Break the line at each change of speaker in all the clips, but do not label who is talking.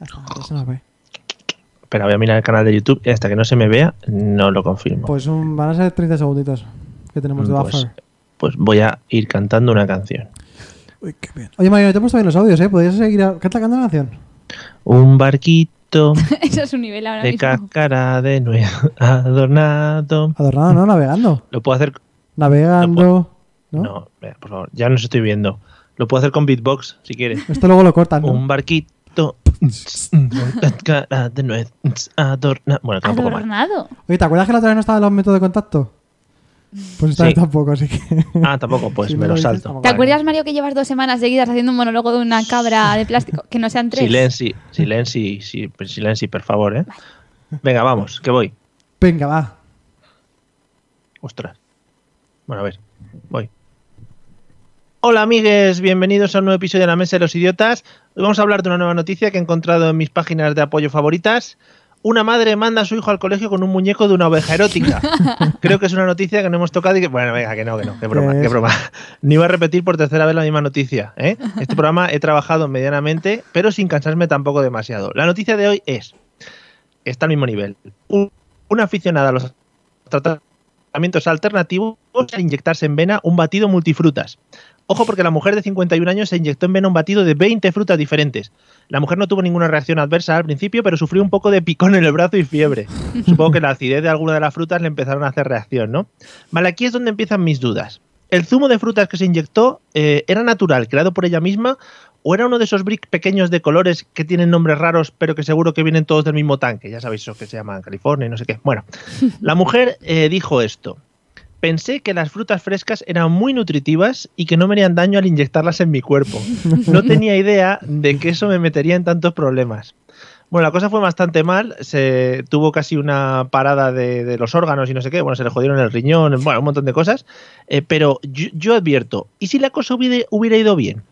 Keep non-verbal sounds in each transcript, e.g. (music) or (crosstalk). Entonces, a ver.
Espera, voy a mirar el canal de YouTube y hasta que no se me vea, no lo confirmo.
Pues un- van a ser 30 segunditos que tenemos de
Pues-
buffer.
Pues voy a ir cantando una canción.
Uy, qué bien. Oye, Mario, te he puesto bien los audios, ¿eh? Podrías seguir. A... Canta, canta la canción.
Un barquito
(laughs) Eso es un nivel ahora
de
mismo.
cáscara de nuez (laughs) adornado.
Adornado, ¿no? Navegando.
Lo puedo hacer.
Navegando. ¿no?
No, mira, por favor, ya nos estoy viendo. Lo puedo hacer con beatbox si quieres.
Esto luego lo cortan. Ah, ¿no?
Un barquito con cáscara de nuez adornado. Bueno, que tampoco mal.
Adornado.
Oye, ¿te acuerdas que la otra vez no estaban los métodos de contacto? Pues esta
Sí.
vez tampoco, así que. (laughs)
Ah, tampoco, pues
Si
me
no
lo
dices,
salto.
tampoco.
¿Te
Vale.
acuerdas, Mario, que llevas dos semanas seguidas haciendo un monólogo de una cabra de plástico? Que no sean tres.
Silenci, silenci, si- silenci, por favor, ¿eh? Venga, vamos, que voy.
Venga, va.
Ostras. Bueno, a ver, voy. Hola amigues, bienvenidos a un nuevo episodio de la Mesa de los Idiotas. Hoy vamos a hablar de una nueva noticia que he encontrado en mis páginas de apoyo favoritas. Una madre manda a su hijo al colegio con un muñeco de una oveja erótica. Creo que es una noticia que no hemos tocado y que... Bueno, venga, que no, que no, que broma,
Es-
que broma. (laughs) No iba a repetir por tercera vez la misma noticia. ¿eh? Este programa he trabajado medianamente, pero sin cansarme tampoco demasiado. La noticia de hoy es... Está al mismo nivel. Un- Una aficionada a los tratamientos alternativos al inyectarse en vena un batido multifrutas. Ojo porque la mujer de 51 años se inyectó en vena un batido de 20 frutas diferentes. La mujer no tuvo ninguna reacción adversa al principio, pero sufrió un poco de picón en el brazo y fiebre. Supongo que la acidez de alguna de las frutas le empezaron a hacer reacción, ¿no? Mal, aquí es donde empiezan mis dudas. ¿El zumo de frutas que se inyectó eh, era natural, creado por ella misma, o era uno de esos bricks pequeños de colores que tienen nombres raros, pero que seguro que vienen todos del mismo tanque? Ya sabéis, esos que se llaman California y no sé qué. Bueno, la mujer eh, dijo esto. Pensé que las frutas frescas eran muy nutritivas y que no me harían daño al inyectarlas en mi cuerpo. No tenía idea de que eso me metería en tantos problemas. Bueno, la cosa fue bastante mal. Se tuvo casi una parada de, de los órganos y no sé qué. Bueno, se le jodieron el riñón, bueno, un montón de cosas. Eh, pero yo, yo advierto, ¿y si la cosa hubiera, hubiera ido bien?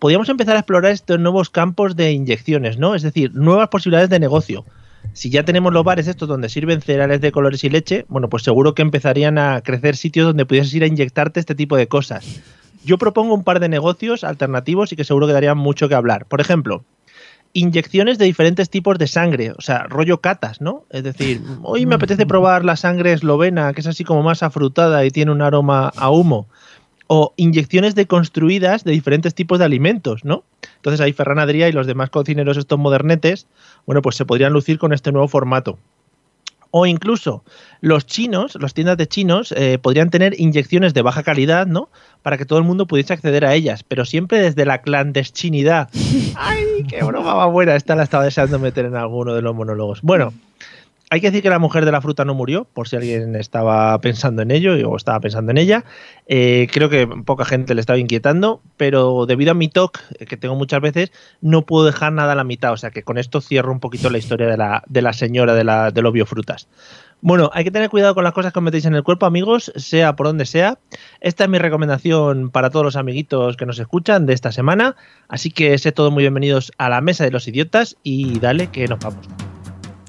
Podríamos empezar a explorar estos nuevos campos de inyecciones, ¿no? Es decir, nuevas posibilidades de negocio. Si ya tenemos los bares estos donde sirven cereales de colores y leche, bueno, pues seguro que empezarían a crecer sitios donde pudieses ir a inyectarte este tipo de cosas. Yo propongo un par de negocios alternativos y que seguro que darían mucho que hablar. Por ejemplo, inyecciones de diferentes tipos de sangre, o sea, rollo catas, ¿no? Es decir, hoy me apetece probar la sangre eslovena, que es así como más afrutada y tiene un aroma a humo. O inyecciones deconstruidas de diferentes tipos de alimentos, ¿no? Entonces ahí Ferran Adrià y los demás cocineros estos modernetes, bueno, pues se podrían lucir con este nuevo formato. O incluso los chinos, las tiendas de chinos, eh, podrían tener inyecciones de baja calidad, ¿no? Para que todo el mundo pudiese acceder a ellas, pero siempre desde la clandestinidad. ¡Ay, qué broma más buena! Esta la estaba deseando meter en alguno de los monólogos. Bueno, hay que decir que la mujer de la fruta no murió, por si alguien estaba pensando en ello y- o estaba pensando en ella. Eh, creo que poca gente le estaba inquietando, pero debido a mi TOC, eh, que tengo muchas veces, no puedo dejar nada a la mitad. O sea que con esto cierro un poquito la historia de la, de la señora de, la, de los biofrutas. Bueno, hay que tener cuidado con las cosas que os metéis en el cuerpo, amigos, sea por donde sea. Esta es mi recomendación para todos los amiguitos que nos escuchan de esta semana. Así que sé todos muy bienvenidos a la mesa de los idiotas y dale que nos vamos.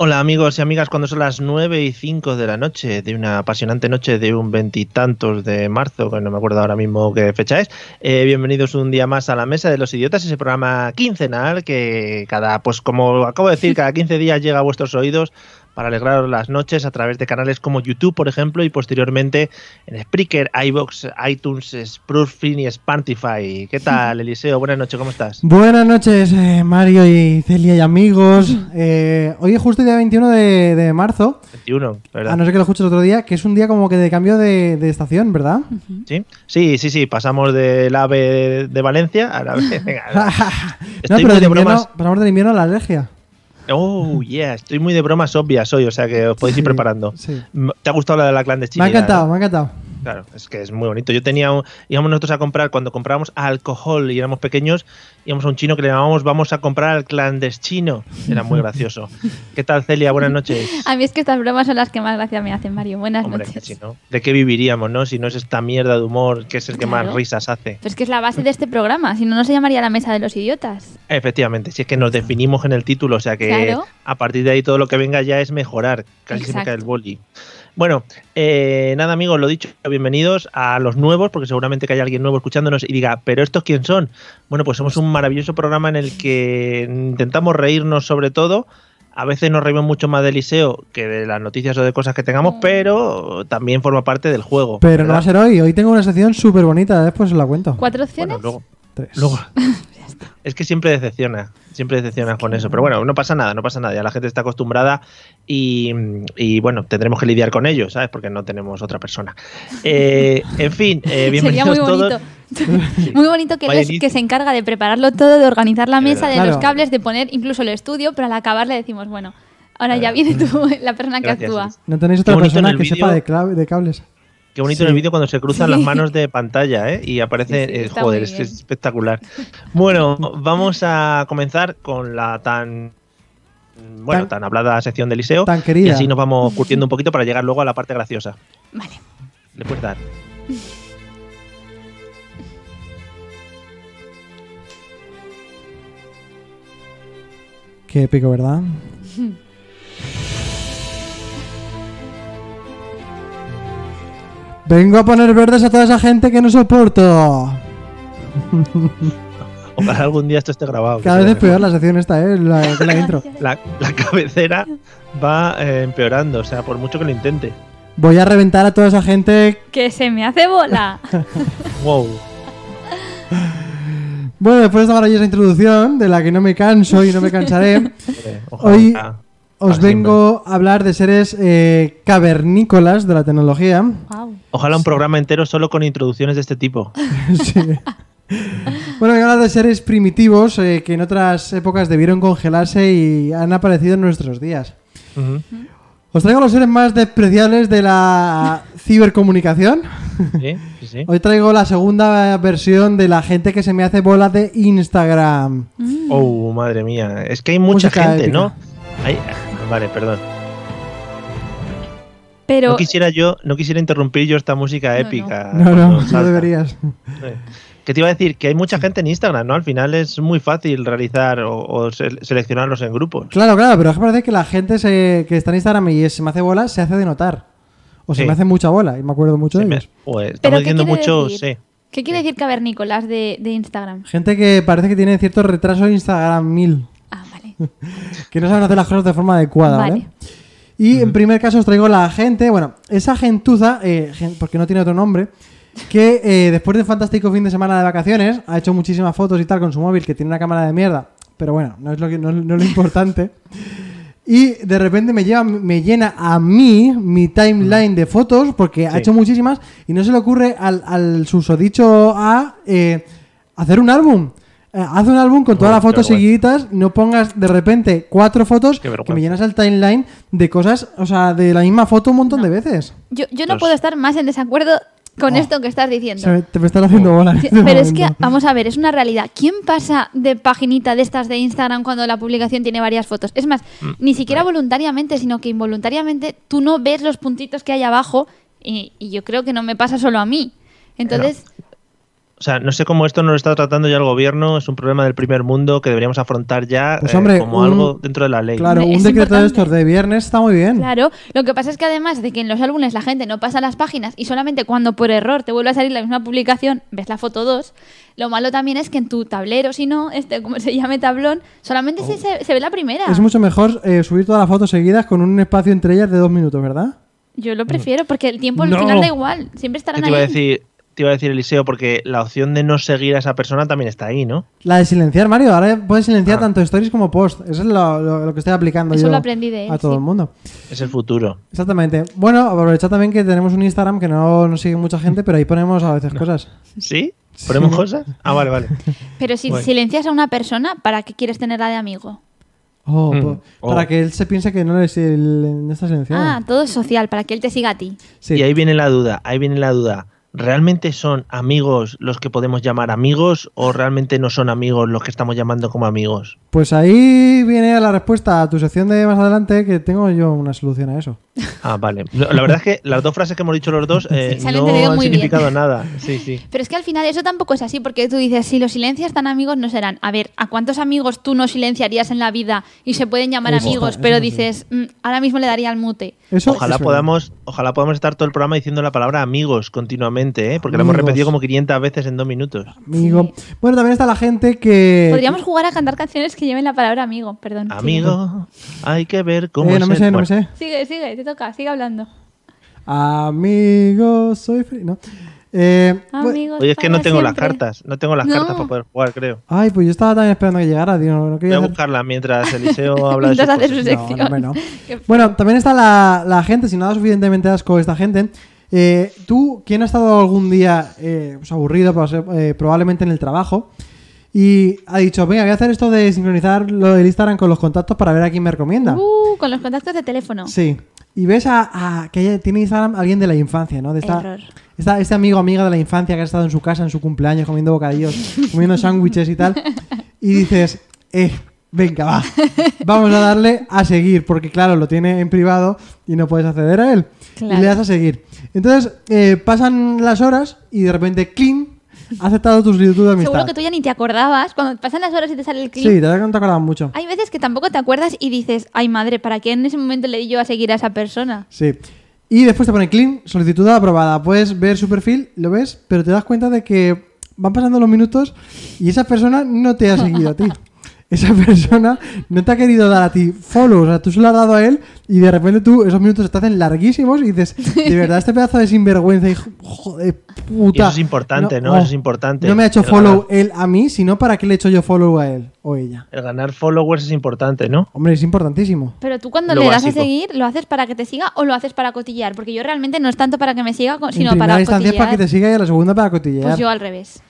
Hola amigos y amigas, cuando son las 9 y 5 de la noche de una apasionante noche de un veintitantos de marzo, que no me acuerdo ahora mismo qué fecha es, eh, bienvenidos un día más a la Mesa de los Idiotas, ese programa quincenal que cada, pues como acabo
(laughs)
de decir, cada 15 días llega a vuestros oídos para alegraros las noches a través de canales como YouTube, por ejemplo, y posteriormente en Spreaker, iBox, iTunes, Sproofin y Spantify.
(laughs)
¿Qué tal, Eliseo? Buenas noches, ¿cómo estás?
Buenas noches, eh, Mario y Celia y amigos. Eh, hoy es justo el día 21 de, de marzo,
21, ¿verdad?
a no ser que lo escuches otro día, que es un día como que de cambio de, de estación, ¿verdad?
¿Sí? sí, sí, sí, pasamos del ave de Valencia a la ave. Venga,
(laughs) no,
estoy
pero
muy
del
de
invierno,
bromas.
pasamos del invierno a la alergia.
Oh, yeah, estoy muy de bromas obvias hoy, o sea que os podéis
Sí,
ir preparando.
sí.
M- ¿Te ha gustado la de la
Me
clandestina?
ha encantado, me ha encantado.
Claro, es que es muy bonito. Yo tenía, un- íbamos nosotros a comprar, cuando comprábamos alcohol y éramos pequeños, íbamos a un chino que le llamábamos vamos a comprar al clandestino. Era muy gracioso. ¿Qué tal, Celia? Buenas noches.
A mí es que estas bromas son las que más gracia me hacen, Mario. Buenas
Hombre,
noches.
que si no, ¿de qué viviríamos, no? Si no es esta mierda de humor que es el que más
Claro.
risas hace.
Pero es que es la base de este programa, si no, no se llamaría la mesa de los idiotas.
Efectivamente, si es que nos definimos en el título, o sea que
Claro.
a partir de ahí todo lo que venga ya es mejorar. Casi se me cae el
Exacto.
boli. Bueno, eh, nada amigos, lo dicho, bienvenidos a los nuevos, porque seguramente que hay alguien nuevo escuchándonos y diga, pero ¿estos quién son? Bueno, pues somos un maravilloso programa en el que intentamos reírnos sobre todo. A veces nos reímos mucho más del liceo que de las noticias o de cosas que tengamos,
Mm.
pero también forma parte del juego.
Pero no
¿verdad?
va a ser hoy. Hoy tengo una sección súper bonita, después os la cuento.
¿Cuatro
Bueno, eh,
opciones?
luego-
Tres.
(laughs)
Luego. Es que siempre decepciona, siempre decepciona con eso. Pero bueno, no pasa nada, no pasa nada. Ya la gente está acostumbrada y, y, bueno, tendremos que lidiar con ello, ¿sabes? Porque no tenemos otra persona. Eh, en fin, eh,
(laughs) Sería
bienvenidos
muy bonito.
todos.
muy bonito que,
Vaya
les-
inicio.
que se encarga de prepararlo todo, de organizar la
Es
mesa, de
verdad.
los
Claro.
cables, de poner incluso el estudio, pero al acabar le decimos, bueno, ahora ya viene tú, (laughs) la persona que
Gracias,
actúa.
Liz.
¿No tenéis
Qué
otra
bonito en
persona
el
que
vídeo.
sepa de, clave- de cables?
Qué bonito
Sí.
en el vídeo cuando se cruzan
Sí.
las manos de pantalla, ¿eh? Y aparece,
Sí, sí,
eh,
está
joder,
muy
es
bien.
espectacular. Bueno, vamos a comenzar con la tan bueno,
Tan-
tan, hablada sección del liceo.
Tan
Y
querida.
así nos vamos curtiendo
(laughs)
un poquito para llegar luego a la parte graciosa.
Vale.
Le puedes dar.
Qué épico,
(laughs)
¿verdad? Vengo a poner verdes a toda esa gente que no soporto.
Ojalá algún día esto esté grabado. que
Cada
se
vez es
vea
peor la sección esta, ¿eh? La, la intro.
la, la cabecera va eh, empeorando, o sea, por mucho que lo intente.
Voy a reventar a toda esa gente.
Que se me hace
(laughs)
bola.
(laughs)
Wow.
Bueno, después de esta maravillosa introducción, de la que no me canso y no me
(laughs)
cansaré,
Eh,
Hoy
ojalá.
os
Para
vengo a hablar de seres eh, cavernícolas de la tecnología. (laughs)
Guau.
Ojalá un programa entero solo con introducciones de
(laughs)
este tipo.
Sí. Bueno, voy a hablar de seres primitivos eh, que en otras épocas debieron congelarse y han aparecido en nuestros días.
Ujú.
Os traigo los seres más despreciables de la cibercomunicación.
Sí, sí, sí.
Hoy traigo la segunda versión de la gente que se me hace bola de Instagram.
Oh, madre mía. Es que hay mucha
Música
gente,
épica.
¿no? Hay- ah, Vale, perdón.
Pero
No quisiera yo, no quisiera interrumpir yo esta música
No, no.
épica.
No,
Ah, cuando
no,
salta.
no deberías.
Eh, Que te iba a decir que hay mucha gente en Instagram, ¿no? Al final es muy fácil realizar o, o se- seleccionarlos en grupos.
Claro, claro, pero es que parece que la gente se- que está en Instagram y se me hace bola se hace de notar. O se
Sí.
me hace mucha bola, y me acuerdo mucho
Se
de
me-
ellos.
Joder,
¿Pero
pues, estamos
qué
diciendo
quiere
mucho,
decir?
sí.
¿Qué quiere decir cavernícolas de, de Instagram?
Gente que parece que tiene cierto retraso Instagram 1000.
Ah, vale.
que no saben hacer las cosas de forma adecuada, ¿vale?
Vale.
Y en primer caso os traigo la gente, bueno, esa gentuza, eh, gen- porque no tiene otro nombre, que eh, después de un fantástico fin de semana de vacaciones, ha hecho muchísimas fotos y tal con su móvil, que tiene una cámara de mierda, pero bueno, no es lo, que, no, no es lo (laughs) importante. Y de repente me, lleva, me llena a mí mi timeline de fotos, porque ha
Sí.
hecho muchísimas, y no se le ocurre al, al susodicho A eh, hacer un álbum. Eh, haz un álbum con todas
Oh,
las fotos
qué vergüenza.
seguiditas, no pongas de repente cuatro fotos
Qué
que
vergüenza.
me llenas el timeline de cosas, o sea, de la misma foto un montón de veces.
Yo, yo no
Los-
puedo estar más en desacuerdo con
Oh.
esto que estás
O
diciendo.
sea, te me están haciendo bola. en
Sí,
este
pero es que,
momento.
vamos a ver, es una realidad. ¿Quién pasa de paginita de estas de Instagram cuando la publicación tiene varias fotos? Es más,
Mm,
ni siquiera voluntariamente, sino que involuntariamente tú no ves los puntitos que hay abajo y, y yo creo que no me pasa solo a mí. Entonces,
O sea, no sé cómo esto no lo está tratando ya el gobierno, es un problema del primer mundo que deberíamos afrontar ya
Pues,
eh,
hombre,
como
un-
algo dentro de la ley.
Claro,
Hombre,
un
es
decreto de
importante.
estos de viernes está muy bien.
claro, lo que pasa es que además de que en los álbumes la gente no pasa las páginas y solamente cuando por error te vuelve a salir la misma publicación ves la foto 2, lo malo también es que en tu tablero, si no, este, como se llame tablón, solamente se, se- se ve la primera.
Es mucho mejor eh, subir todas las fotos seguidas con un espacio entre ellas de dos minutos, ¿verdad?
Yo lo prefiero porque el tiempo al
No.
final da igual, siempre estarán
¿Qué te
ahí.
iba a decir? Te iba a decir Eliseo, porque la opción de no seguir a esa persona también está ahí, ¿no?
La de silenciar, Mario. Ahora puedes silenciar
Ah.
tanto stories como post. Eso es lo, lo- lo que estoy aplicando
Eso
yo
lo aprendí de él,
a todo
sí.
el mundo.
Es el futuro.
Exactamente. Bueno, aprovechad también que tenemos un Instagram que no nos sigue mucha gente, pero ahí ponemos a veces cosas.
¿Sí? ¿Ponemos cosas? Ah, vale, vale.
Pero si
Bueno.
silencias a una persona, ¿para qué quieres tenerla de amigo?
Oh,
Mm,
po-
oh.
Para que él se piense que no, es el, no está silenciado.
Ah, todo es social, para que él te siga a ti.
(laughs) sí.
Y ahí viene la duda, ahí viene la duda. ¿Realmente son amigos los que podemos llamar amigos o realmente no son amigos los que estamos llamando como amigos?
Pues ahí viene la respuesta a tu sección de más adelante, que tengo yo una solución a eso.
Ah, vale. No, La verdad es que las dos frases que hemos dicho
(laughs)
los dos eh,
Sí, se han
no
entendido
han
muy bien.
significado nada. Sí, sí.
Pero es que al final eso tampoco es así, porque tú dices, si los silencias tan amigos no serán. A ver, ¿a cuántos amigos tú no silenciarías en la vida y se pueden llamar
Eso está,
amigos?
eso
pero
está
dices, "Mm, ahora mismo le daría al mute.
Eso
Ojalá
es verdad.
podamos, ojalá podamos estar todo el programa diciendo la palabra amigos continuamente, ¿eh? porque la hemos
Amigos.
repetido como 500 veces en dos minutos.
Amigo. Bueno, también está la gente que.
Podríamos jugar a cantar canciones que lleven la palabra amigo, perdón. Sigue.
Amigo, hay que ver cómo
Eh, no me
ser-
sé, no me
Bueno,
sé.
Sigue, sigue, te toca, sigue hablando.
Amigo, soy feliz. No. Eh, bu-
Amigos.
Oye, es que no
para
tengo las
siempre.
cartas, no tengo las
No.
cartas para poder jugar, creo.
Ay, pues yo estaba también esperando que llegara, tío. No, no
Voy
quería
a
hacer-
buscarla mientras Eliseo
(laughs)
habla de sus
Mientras hace su
cosas.
No,
sección.
no, hombre, no.
(laughs) Qué-
Bueno, también está la, la gente, si no da suficientemente asco esta gente. eh, Tú, ¿quién ha estado algún día eh, pues, aburrido, pues, eh, probablemente en el trabajo? Y ha dicho, venga, voy a hacer esto de sincronizar lo del Instagram con los contactos para ver a quién me recomienda.
Uh, con los contactos de teléfono.
Sí. Y ves a, a- que ella- tiene Instagram alguien de la infancia, ¿no? De esta,
Error.
esta- este amigo o amiga de la infancia que ha estado en su casa en su cumpleaños comiendo bocadillos,
(laughs)
comiendo sándwiches y tal. Y dices, eh, venga, va. Vamos a darle a seguir, porque claro, lo tiene en privado y no puedes acceder a él. Y
Claro.
le das a seguir. Entonces, eh, pasan las horas y de repente, ¡cling! Ha aceptado tu solicitud de amistad.
Seguro que tú ya ni te acordabas. Cuando pasan las horas y te sale el clip.
Sí, te das cuenta que no te acordabas mucho.
Hay veces que tampoco te acuerdas y dices, ay madre, ¿para qué en ese momento le di yo a seguir a esa persona?
Sí. Y después te pone clean, solicitud aprobada. Puedes ver su perfil, lo ves, pero te das cuenta de que van pasando los minutos y esa persona no te ha seguido a
(laughs)
ti. Esa persona no te ha querido dar a ti follow, o sea, tú se lo has dado a él y de repente tú esos minutos se te hacen larguísimos y dices,
(laughs)
de verdad, este pedazo de sinvergüenza, hijo hijo de puta.
Y eso es importante, ¿no? Eso es importante.
No me ha hecho
El
follow
ganar-
él a mí, sino para qué le he hecho yo follow a él o ella.
El ganar followers es importante, ¿no?
Hombre, es importantísimo.
Pero tú cuando
Lo
le das a
básico.
seguir, ¿lo haces para que te siga o lo haces para cotillear? Porque yo realmente no es tanto para que me siga, co- sino
en primera
para
instancia es
cotillear.
para que te siga y a la segunda para cotillear.
Pues yo al revés.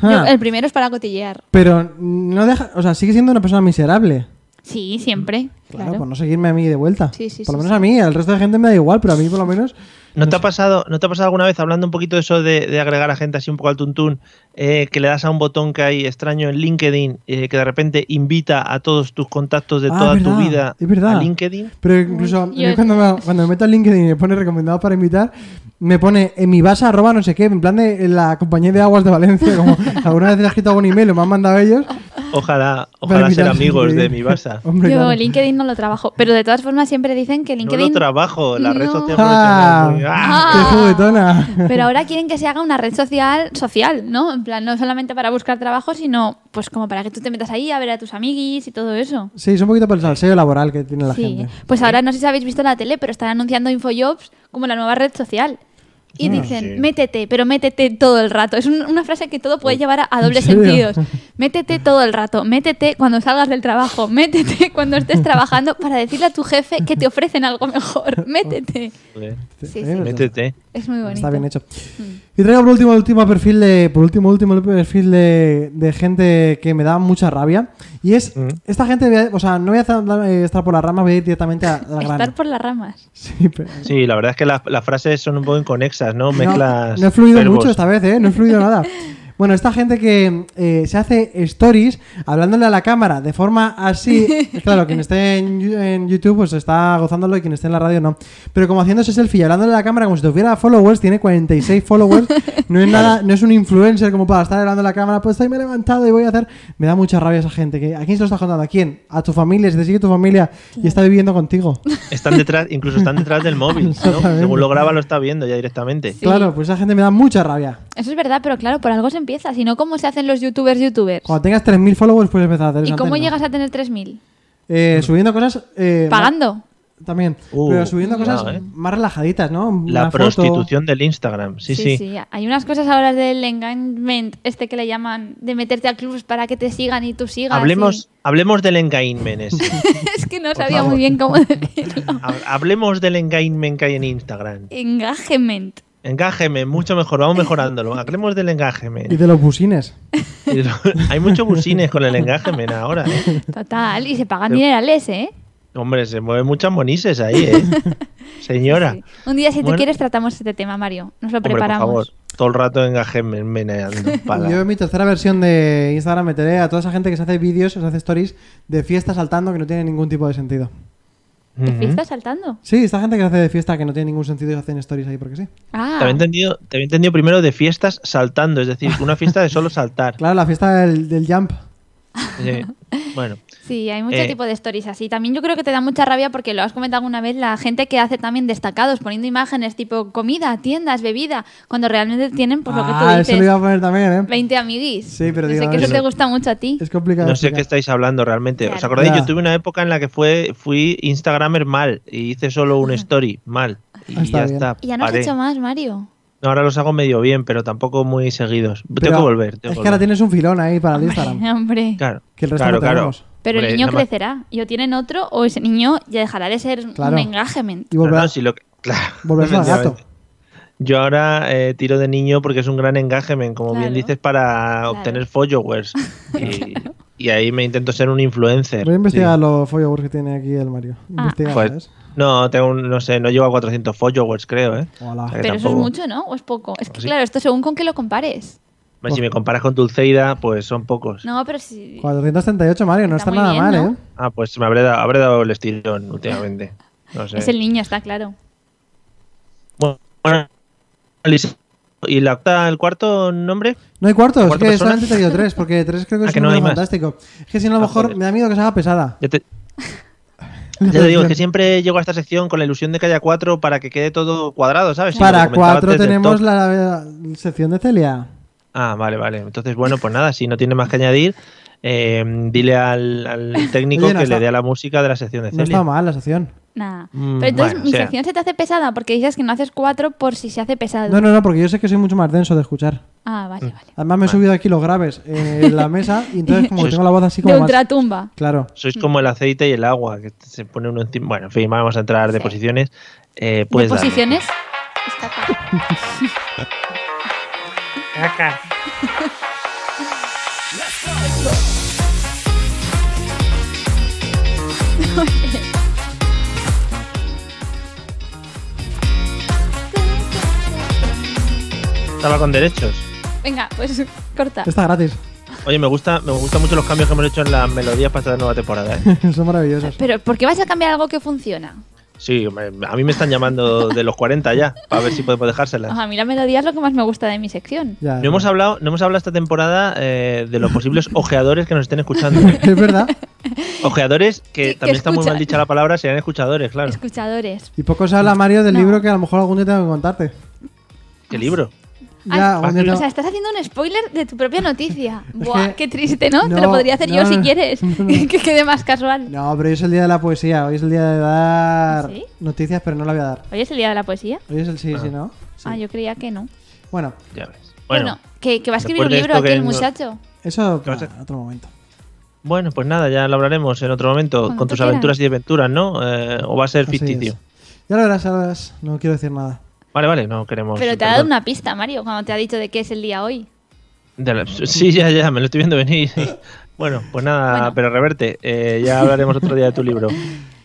Ah.
Yo- el primero es para cotillear.
Pero no deja, o sea, sigue siendo una persona miserable.
Sí, siempre.
Claro,
Claro.
por no seguirme a mí de vuelta.
Sí, sí,
por lo
sí,
menos a mí, al resto de gente me da igual, pero a mí por lo menos.
¿No te, ha pasado, ¿No te ha pasado alguna vez, hablando un poquito de eso de, de agregar a gente así un poco al tuntún, eh, que le das a un botón que hay extraño en LinkedIn, eh, que de repente invita a todos tus contactos de
Ah,
toda tu
verdad,
vida
es verdad.
a LinkedIn?
Pero incluso
Uy, yo-
yo cuando,
(laughs)
me, cuando me meto en LinkedIn y me pone recomendado para invitar, me pone en mi base arroba no sé qué, en plan de la compañía de aguas de Valencia,
(laughs)
como alguna vez le he escrito algún email o me han mandado ellos. para
Ah. Ojalá, ojalá ser
invitarme a
amigos de
LinkedIn.
mi basa.
(laughs) Hombre,
yo
claro.
LinkedIn no lo trabajo. Pero de todas formas siempre dicen que
No lo (laughs)
LinkedIn...
trabajo, la red
No.
social
Ah,
profesional.
Ah.
¡Qué juguetona! (laughs)
Pero ahora quieren que se haga una red social social, ¿no? En plan, no solamente para buscar trabajo, sino pues como para que tú te metas ahí a ver a tus amiguis y todo eso.
Sí, es un poquito por el salseo laboral que tiene la
sí.
gente.
Pues ahora no sé si habéis visto en la tele, pero están anunciando InfoJobs como la nueva red social. Y
Ah,
dicen,
sí.
métete, pero métete todo el rato. Es un- una frase que todo puede llevar a, a dobles
serio?
sentidos.
(laughs)
Métete todo el rato, métete cuando salgas del trabajo, métete (laughs) cuando
(laughs)
estés trabajando para decirle a tu jefe que te ofrecen algo mejor. (laughs) Métete.
Joder,
Sí, sí.
Eh,
Métete.
Es muy bonito.
Está bien hecho. Y traigo por último, el último perfil de. Por último, último perfil de, de gente que me da mucha rabia. Y es.
Mm.
Esta gente. voy a- O sea, no voy a estar- eh, estar por las ramas, voy a ir directamente a, a la
(laughs) Estar
grana.
por las ramas.
Sí, pero-
Sí, la verdad es que las, las frases son un poco inconexas, ¿no?
No,
Mezclas.
no he fluido
verbos.
mucho esta vez, ¿eh? No he fluido nada. Bueno, esta gente que eh, se hace stories hablándole a la cámara de forma así. Claro, quien esté en, Yu- en YouTube pues está gozándolo y quien esté en la radio no. Pero como haciéndose selfie y hablándole a la cámara como si tuviera followers, tiene 46 followers. No es nada, no es un influencer como para estar hablando a la cámara. Pues ahí me he levantado y voy a hacer. Me da mucha rabia esa gente. Que, ¿A quién se lo está contando? ¿A quién? ¿A tu familia? Si te sigue tu familia y está viviendo contigo.
(laughs) Están detrás, incluso están
(laughs)
detrás del móvil, ¿no? Según lo graba, lo está viendo ya directamente.
Sí.
Claro, pues esa gente me da mucha rabia.
Eso es verdad, pero claro, por algo se empieza. Si no, ¿cómo se hacen los youtubers youtubers?
Cuando tengas 3.000 followers puedes empezar a hacer
¿Y
eso,
cómo
antes no.
llegas a tener 3.000?
Eh, subiendo cosas. eh,
¿Pagando?
ma- También.
Mm. Uh,
pero subiendo cosas
cuidado, eh.
más relajaditas, ¿no?
La
Una foto.
prostitución del Instagram, sí, sí.
Hay unas cosas ahora del engagement, este que le llaman, de meterte a clubs para que te sigan y tú sigas.
Hablemos, hablemos del engagement
(laughs)
ese.
y- es que no
Por
sabía
favor.
muy bien cómo (laughs) decirlo.
Ha- Hablemos del engagement que hay en Instagram.
Engagement.
Engagement, mucho mejor, vamos mejorándolo. Hablemos del
Y (laughs)
engagement.
de los busines.
Y Hay muchos busines con el engajemen ahora. ¿eh?
Total, y se pagan
Pero-
dinerales, ¿eh?
Hombre, se mueven muchas monises ahí,
(laughs)
¿eh? Señora.
Sí. Un día, si tú
Bueno.
quieres, tratamos este tema, Mario. Nos lo
Hombre, por
preparamos.
favor, todo el rato engajemen meneando.
(laughs)
pala.
Yo en mi tercera versión de Instagram meteré a toda esa gente que se hace vídeos, se hace stories de fiesta saltando que no tiene ningún tipo de sentido.
¿Te
Ujú.
fiestas saltando?
Sí, esta gente que se hace de fiesta que no tiene ningún sentido y hacen stories ahí porque sí.
Ah,
Te había, entendido, te había entendido primero de fiestas saltando, es decir, una fiesta de solo
(laughs)
saltar.
Claro, la fiesta del, del jump.
Eh, Bueno,
sí, hay mucho
Eh.
tipo de stories así. También yo creo que te da mucha rabia porque lo has comentado alguna vez la gente que hace también destacados, poniendo imágenes tipo comida, tiendas, bebida, cuando realmente tienen, pues lo que
ah,
tú
eso lo iba
dices,
a poner también, ¿eh?
20 amiguis.
Sí, pero
Yo sé
digo,
que eso
no-
te gusta mucho a ti.
Es complicado.
no sé
explicar.
qué estáis hablando realmente. ¿Os
Claro.
acordáis?
Ya.
Yo tuve una época en la que fue, fui Instagramer mal y hice solo
(laughs)
un story mal. Y
Ah, Está
ya
bien.
está.
Y ya no has
paré.
hecho más, Mario.
No, ahora los hago medio bien, pero tampoco muy seguidos.
Pero
tengo que volver. tengo
Es
que
que ahora
volver.
tienes un filón ahí para el Instagram.
Hombre, (laughs) hombre.
Claro,
Que el resto
claro,
no
claro.
tenemos.
Pero el
Hombre,
niño
nada más-
crecerá. Y o tienen otro, o ese niño ya dejará de ser
Claro.
un engagement.
Y
No,
volver,
no, si lo que- claro,
volverse al gato.
efectivamente. Yo ahora eh, tiro de niño porque es un gran engagement, como bien
Claro.
dices, para obtener
(laughs)
followers. Y, y ahí me intento ser un influencer.
Voy a investigar
Sí.
los followers que tiene aquí el Mario.
Ah.
Investiga,
Pues-
¿sabes?
No, tengo un- no sé, no llevo a 400 followers, creo, ¿eh?
Hola.
Pero-
Pero eso es
tampoco. Pues
mucho, ¿no? O es poco. Es que
Sí.
claro, esto según con que lo compares.
Si me comparas con Dulceida, pues son pocos.
No, pero si.
438, Mario, no está,
Está muy
nada
bien,
mal,
¿no?
¿eh?
Ah, pues me habré dado, habré dado el estirón últimamente. No sé.
Es el niño, está claro.
Bueno, Alicia, ¿y la octa- el cuarto nombre?
No hay cuartos, es
¿Cuatro
que
personas?
solamente te he dicho tres, porque tres creo que
(laughs) Ah,
es
que
un
no hay
número
más.
fantástico. Es que si no, a lo
Ah,
mejor
joder.
me da miedo que se haga pesada.
Ya te, ya te digo, es que siempre llego a esta sección con la ilusión de que haya cuatro para que quede todo cuadrado, ¿sabes? Como
(laughs) Para
comentaba
cuatro
antes del
tenemos
top.
la, la sección de Celia.
Ah, vale, vale. Entonces, bueno, pues nada, si no tiene más que añadir, eh, dile al, al
(laughs)
técnico
Oye, no
que
está-
le dé a la música de la sección de
No
Celia.
está mal la sección.
Nada.
Mm,
pero entonces
bueno, o
mi
sea.
sección se te hace pesada porque dices que no haces cuatro por si se hace pesado.
No, no, no, porque yo sé que soy mucho más denso de escuchar.
Ah, vale, vale.
Además, me he subido aquí los graves en
(laughs)
la mesa y entonces, como que
Sois-
tengo la voz así
De
como. Más...
ultratumba.
Claro.
Sois como el aceite y el agua, que se pone uno encima. Bueno, en fin, vamos a entrar de
Sí.
posiciones. Eh,
¿De
pues dale.
posiciones? Está claro.
Estaba con derechos.
Venga, pues (laughs) corta.
Está gratis. (laughs)
Oye, me gusta, me gustan mucho los cambios que hemos hecho en las melodías para esta nueva temporada. ¿eh?
Son maravillosos.
Pero ¿por qué vas a cambiar algo que funciona?
Sí, me- a mí me están llamando de los 40 ya, para ver si podemos dejárselas.
Ojo, a mí la melodía es lo que más me gusta de mi sección.
Ya,
No hemos hablado, no hemos hablado esta temporada eh, de los posibles ojeadores que nos estén escuchando.
Es verdad.
Ojeadores, que
Que- que
también está muy
escuchan.
mal dicha la palabra, serían escuchadores, claro.
Escuchadores.
Y poco se habla, Mario, del
No.
libro que a lo mejor algún día tengo que contarte.
¿Qué libro?
Ya,
Ah,
algún día
no.
O sea,
tengo-
estás haciendo un spoiler de tu propia noticia.
Es
Buah,
que-
qué triste, ¿no? Te
no,
lo podría hacer
no,
yo
no,
si
no.
quieres. (laughs) que quede más casual.
No, pero hoy es el día de la poesía. Hoy es el día de dar
¿Ah, ¿Sí?
noticias, pero no la voy a dar.
¿Hoy es el día de la poesía?
Hoy es el sí, sí, ¿no? Sí.
Ah, yo creía que no.
Bueno,
Ya ves.
Bueno,
Bueno,
que, que va a escribir un
después de
libro
esto
aquí
que
el
no-
muchacho.
eso
¿Qué vas a-
para otro momento.
bueno, pues nada, ya lo hablaremos en otro momento
Cuando
con
tú
tus
quieras.
aventuras y desventuras, ¿no? Eh, o va a ser
Así
ficticio.
es. Ya lo verás, ya lo verás. No quiero decir nada.
Vale, vale, no queremos.
Pero te ha dado
perdón.
una pista, Mario, cuando te ha dicho de qué es el día hoy.
De la- Sí, ya, ya, me lo estoy viendo
(laughs)
venir. Bueno, pues nada,
Bueno.
pero reverte, eh, ya hablaremos otro día de tu
(laughs)
libro.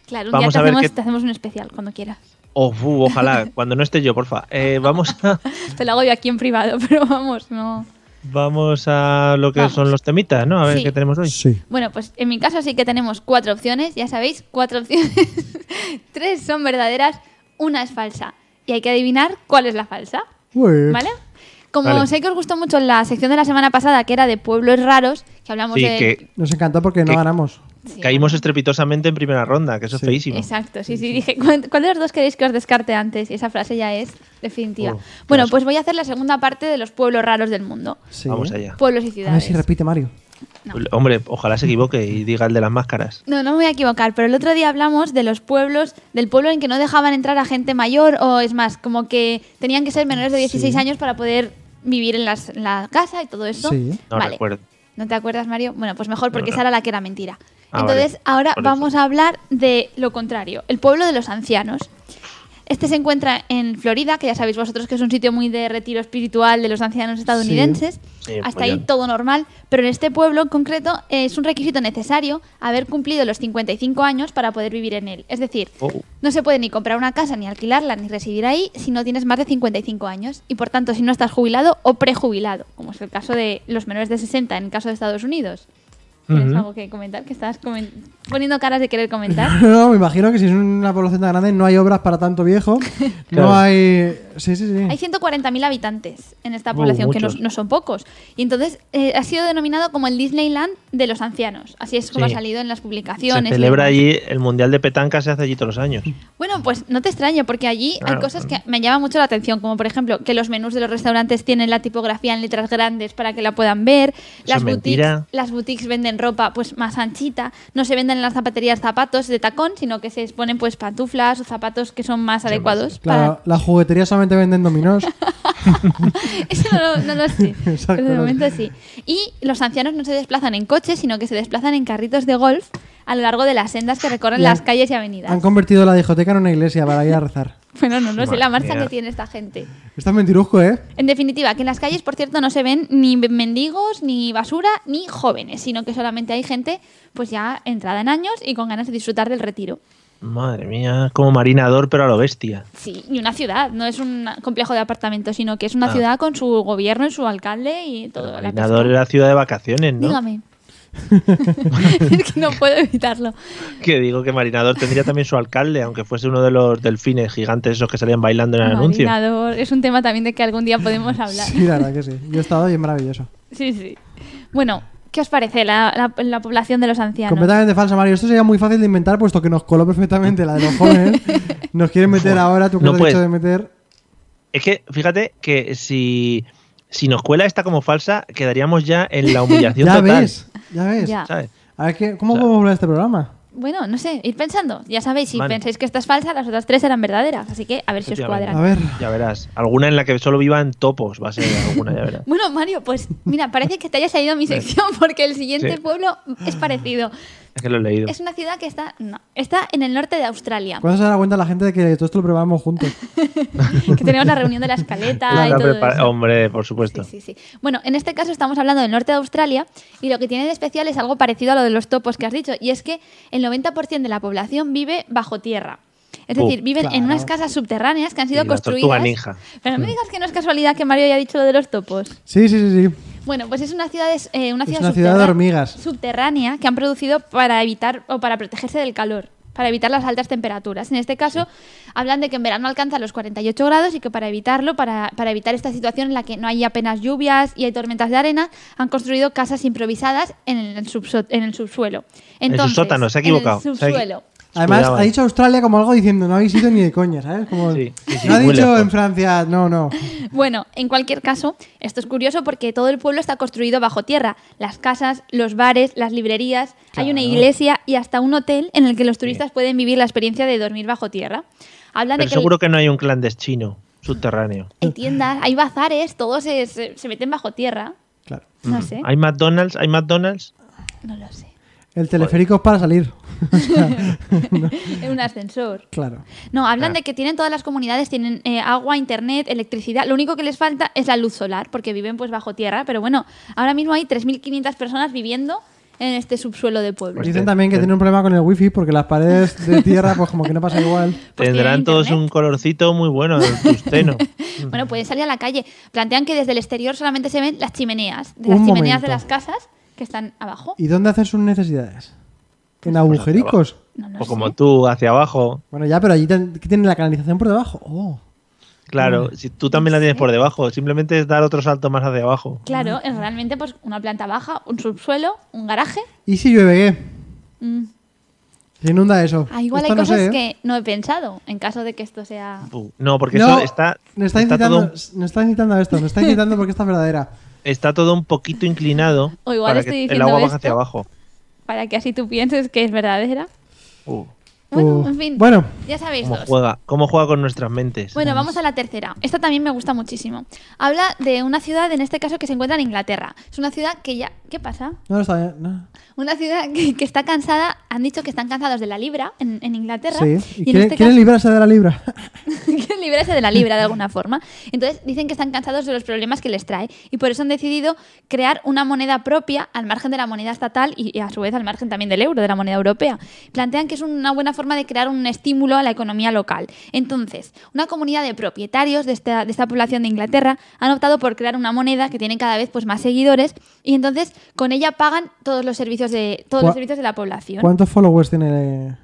Claro, un
Vamos
día
a
te
ver
hacemos,
qué-
te hacemos un especial cuando quieras. (laughs)
Oh, fu, ojalá, cuando no esté yo, porfa. Eh, vamos, a,
Te lo hago yo aquí en privado, (laughs) pero vamos, no.
vamos a lo que
Vamos.
son los temitas, ¿no? A ver
Sí.
qué tenemos hoy.
Bueno, pues en mi caso sí que tenemos cuatro opciones, ya sabéis, cuatro opciones. (laughs) Tres son verdaderas, una es falsa. Y hay que adivinar cuál es la falsa.
Ué.
¿Vale? Como
Vale.
sé que os gustó mucho la sección de la semana pasada, que era de pueblos raros, que hablamos
Sí,
de.
que
Nos encantó porque no
¿Qué?
ganamos.
Sí.
caímos estrepitosamente en primera ronda, que eso
Sí.
es feísimo.
Exacto, sí, sí. Dije, "¿Cuál- ¿cuál de los dos queréis que os descarte antes? Y esa frase ya es definitiva.
Oh, qué
bueno,
asco.
pues voy a hacer la segunda parte de los pueblos raros del mundo.
Sí.
Vamos allá.
Pueblos y
A
ciudades.
ver si repite Mario.
No.
Hombre, ojalá se equivoque y diga el de las máscaras.
No, no me voy a equivocar, pero el otro día hablamos de los pueblos, del pueblo en que no dejaban entrar a gente mayor, o es más, como que tenían que ser menores de 16
Sí.
años para poder vivir en, las- en la casa y todo eso.
Sí.
No
Vale.
recuerdo.
¿No te acuerdas, Mario? Bueno, pues mejor porque
No, no.
esa era la que era mentira.
Ah,
Entonces,
vale.
ahora
Por eso.
vamos a hablar de lo contrario, el pueblo de los ancianos. Este se encuentra en Florida, que ya sabéis vosotros que es un sitio muy de retiro espiritual de los ancianos estadounidenses.
Sí,
Hasta
pues
ahí
ya.
todo normal, pero en este pueblo en concreto eh, es un requisito necesario haber cumplido los 55 años para poder vivir en él. Es decir,
Oh.
no se puede ni comprar una casa, ni alquilarla, ni residir ahí si no tienes más de 55 años y por tanto si no estás jubilado o prejubilado, como es el caso de los menores de 60 en el caso de Estados Unidos. ¿Tienes
Ujú.
algo que comentar? Que estás comen- poniendo caras de querer comentar.
(laughs)
No, (laughs) no, me imagino que si es una población tan grande no hay obras para tanto
(laughs)
viejo.
Claro.
No hay. Sí, sí, sí.
Hay 140.000 habitantes en esta
Uh,
población, que no,
muchos.
no son pocos. Y entonces eh, ha sido denominado como el Disneyland de los ancianos. Así es como
Sí.
ha salido en las publicaciones.
Se
y
celebra
demás.
allí el Mundial de Petanca, se hace allí todos los años.
Bueno, pues no te extraño, porque allí hay
Claro.
cosas que me llaman mucho la atención, como por ejemplo que los menús de los restaurantes tienen la tipografía en letras grandes para que la puedan ver, las
es
boutiques,
mentira.
las boutiques venden ropa pues más anchita, no se venden en las zapaterías zapatos de tacón, sino que se exponen pues pantuflas o zapatos que son más adecuados.
Claro,
para-
las jugueterías solamente venden dominós.
(laughs) Eso no, lo- no
(laughs)
lo sé.
Exacto,
Pero
no
de
sé.
momento sí. Y los ancianos no se desplazan en coches, sino que se desplazan en carritos de golf a lo largo de las sendas que recorren
Y han-
las calles y avenidas.
Han convertido la discoteca en una iglesia para ir a rezar.
Bueno, no, no sé la
Madre
marcha
mía.
que tiene esta gente.
Estás mentirusco, ¿eh?
En definitiva, que en las calles, por cierto, no se ven ni mendigos, ni basura, ni jóvenes, sino que solamente hay gente pues ya entrada en años y con ganas de disfrutar del retiro.
Madre mía, como marinador, pero a lo bestia.
Sí, y una ciudad, no es un complejo de apartamentos, sino que es una
Ah.
ciudad con su gobierno y su alcalde y todo. la
marinador
pesca.
era ciudad de vacaciones, ¿no? (laughs)
Dígame. (laughs) es que no puedo evitarlo.
Que digo que Marinador tendría también su alcalde, aunque fuese uno de los delfines gigantes esos que salían bailando en el anuncio.
Marinador, es un tema también de que algún
(laughs)
día podemos hablar.
Sí, la verdad que sí. Yo he estado y es maravilloso.
Sí, sí. Bueno, ¿qué os parece la, la- la población de los ancianos?
Completamente falsa, Mario. Esto sería muy fácil de inventar, puesto que nos coló perfectamente la de los jóvenes. Nos quieren meter
Joder.
ahora, tú que
No
has
puede.
dicho de meter.
Es que fíjate que si, si nos cuela esta como falsa, quedaríamos ya en la
(laughs)
humillación
Ya
total.
ves, ya ves.
Ya.
¿sabes?
A ver, ¿qué- ¿cómo
Ya.
podemos hablar de este programa?
Bueno, no sé, ir pensando. Ya sabéis, si
Vale.
pensáis que esta es falsa, las otras tres eran verdaderas. Así que a ver si os
Efectivamente.
A
cuadran.
ver.
Ya verás. Alguna en la que solo vivan topos, va a ser alguna, ya verás.
Bueno, Mario, pues mira, parece que te haya salido mi sección porque el siguiente
Sí.
pueblo es parecido.
Es que lo he
(laughs)
leído.
Es una ciudad que está, no, está en el norte de Australia,
¿Cuándo se dará cuenta la gente de que todo esto lo probamos juntos?
que tenemos la reunión de la
(laughs)
escaleta
La
y
habrá
todo
prepara-
eso.
Hombre, por supuesto.
Sí, sí, sí. Bueno, en este caso estamos hablando del norte de Australia y lo que tiene de especial es algo parecido a lo de los topos que has dicho, y es que el 90% de la población vive bajo tierra. Es
Uh,
decir, viven en
claro.
unas casas subterráneas que han sido
Y la
construidas.
tortuga ninja.
Pero no me digas que no es casualidad que Mario haya dicho lo de los topos.
Sí, sí, sí, sí.
Bueno, pues es una ciudad, es, eh, una
Es
ciudad
una ciudad de
subterrá-
hormigas.
subterránea que han producido para evitar o para protegerse del calor, para evitar las altas temperaturas. En este caso, hablan de que en verano alcanza los 48 grados y que para evitarlo, para, para evitar esta situación en la que no hay apenas lluvias y hay tormentas de arena, han construido casas improvisadas en el, subso- en el subsuelo.
En
Entonces,
subsótano, se ha
en
equivocado.
el
Se ha equi-
subsuelo.
Además,
Cuidado,
ha
eh.
dicho Australia como algo diciendo, no habéis ido ni de coña,
(laughs)
¿sabes? Como,
Sí, sí, sí,
no ha
muy
dicho
lejos.
en Francia, no, no.
Bueno, en cualquier caso, esto es curioso porque todo el pueblo está construido bajo tierra. Las casas, los bares, las librerías, hay una iglesia y hasta un hotel en el que los turistas pueden vivir la experiencia de dormir bajo tierra. Hablan
Pero
de que
seguro que no hay un clandestino subterráneo.
hay tiendas, hay bazares, todos se, se- se meten bajo tierra.
Claro.
No sé,
¿Hay McDonald's? ¿Hay McDonald's?
no lo sé.
El teleférico es para salir.
En un ascensor.
Claro.
No, hablan
Ah.
de que tienen todas las comunidades, tienen eh, agua, internet, electricidad. Lo único que les falta es la luz solar, porque viven pues bajo tierra. Pero bueno, ahora mismo hay 3.500 personas viviendo en este subsuelo de pueblo.
Pues
Dicen
te-
también que
te-
tiene un problema con el wifi porque las paredes de tierra, pues como que no pasa igual.
(laughs)
Pues tienen
Tendrán todos
internet.
un colorcito muy bueno,
(laughs)
el tusteno.
Bueno, pueden salir a la calle. Plantean que desde el exterior solamente se ven las chimeneas, de las
Un
chimeneas
momento.
de las casas que están abajo.
¿Y dónde hacen sus
Pues
necesidades? ¿En agujericos?
No lo
o como
sé.
tú, hacia abajo.
Bueno, ya, pero allí ten- que tienen la canalización por debajo. Oh.
Claro, si tú también la tienes por debajo, simplemente es dar otro salto más hacia abajo.
Claro, es realmente pues una planta baja, un subsuelo, un garaje.
¿Y si llueve qué?
Mm.
Se inunda eso.
Ah, igual
Esto
hay
no
cosas
sé, ¿eh?
que no he pensado en caso de que esto sea.
Uh, No, porque
No,
eso está,
nos está,
está
incitando,
todo,
nos está incitando a esto, nos está incitando porque esta es verdadera.
está todo un poquito inclinado
(laughs) O igual
para
estoy
que el
diciendo
agua baje
esto.
hacia abajo.
Para que así tú pienses que es verdadera.
Uh,
(laughs) Bueno,
Uh,
en fin.
bueno.
Ya sabéis
¿Cómo
dos.
juega? ¿Cómo juega con nuestras mentes?
Bueno, vamos a la tercera. Esta también me gusta muchísimo. Habla de una ciudad, en este caso, que se encuentra en Inglaterra. Es una ciudad que ya... ¿Qué pasa?
No, no está bien. no.
Una ciudad que, que está cansada. Han dicho que están cansados de la libra en, en Inglaterra.
Sí.
Y,
¿Y
en
quiere-
este
quieren
caso,
librarse de la
(laughs)
libra?
quieren librarse de la libra de alguna forma. Entonces dicen que están cansados de los problemas que les trae. Y por eso han decidido crear una moneda propia al margen de la moneda estatal y, y a su vez al margen también del euro, de la moneda europea. Plantean que es una buena forma de crear un estímulo a la economía local. Entonces, una comunidad de propietarios de esta, de esta población de Inglaterra han optado por crear una moneda que tiene cada vez pues, más seguidores y entonces con ella pagan todos los servicios de, todos los
¿Cuá-
servicios de la población.
¿Cuántos followers tiene? eh?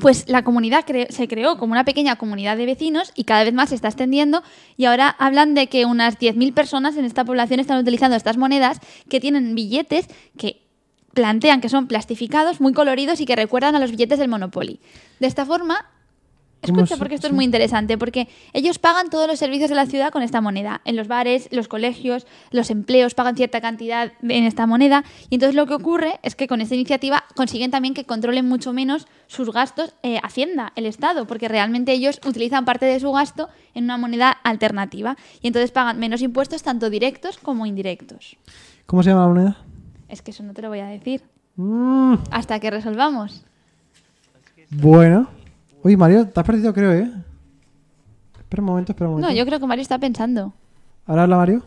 Pues la comunidad cre- se creó como una pequeña comunidad de vecinos y cada vez más se está extendiendo y ahora hablan de que unas 10.000 personas en esta población están utilizando estas monedas que tienen billetes que plantean que son plastificados, muy coloridos y que recuerdan a los billetes del Monopoly. De esta forma,
¿Cómo
escucha
se-
porque esto es
sí?
muy interesante, porque ellos pagan todos los servicios de la ciudad con esta moneda. En los bares, los colegios, los empleos pagan cierta cantidad en esta moneda. Y entonces lo que ocurre es que con esta iniciativa consiguen también que controlen mucho menos sus gastos eh, Hacienda, el Estado, porque realmente ellos utilizan parte de su gasto en una moneda alternativa. Y entonces pagan menos impuestos, tanto directos como indirectos.
¿Cómo se llama la moneda?
Es que eso no te lo voy a decir.
Mm,
Hasta que resolvamos.
bueno. Uy, Mario, te has perdido, creo, ¿eh? Espera un momento, espera un momento.
No, yo creo que Mario está pensando.
Ahora habla Mario.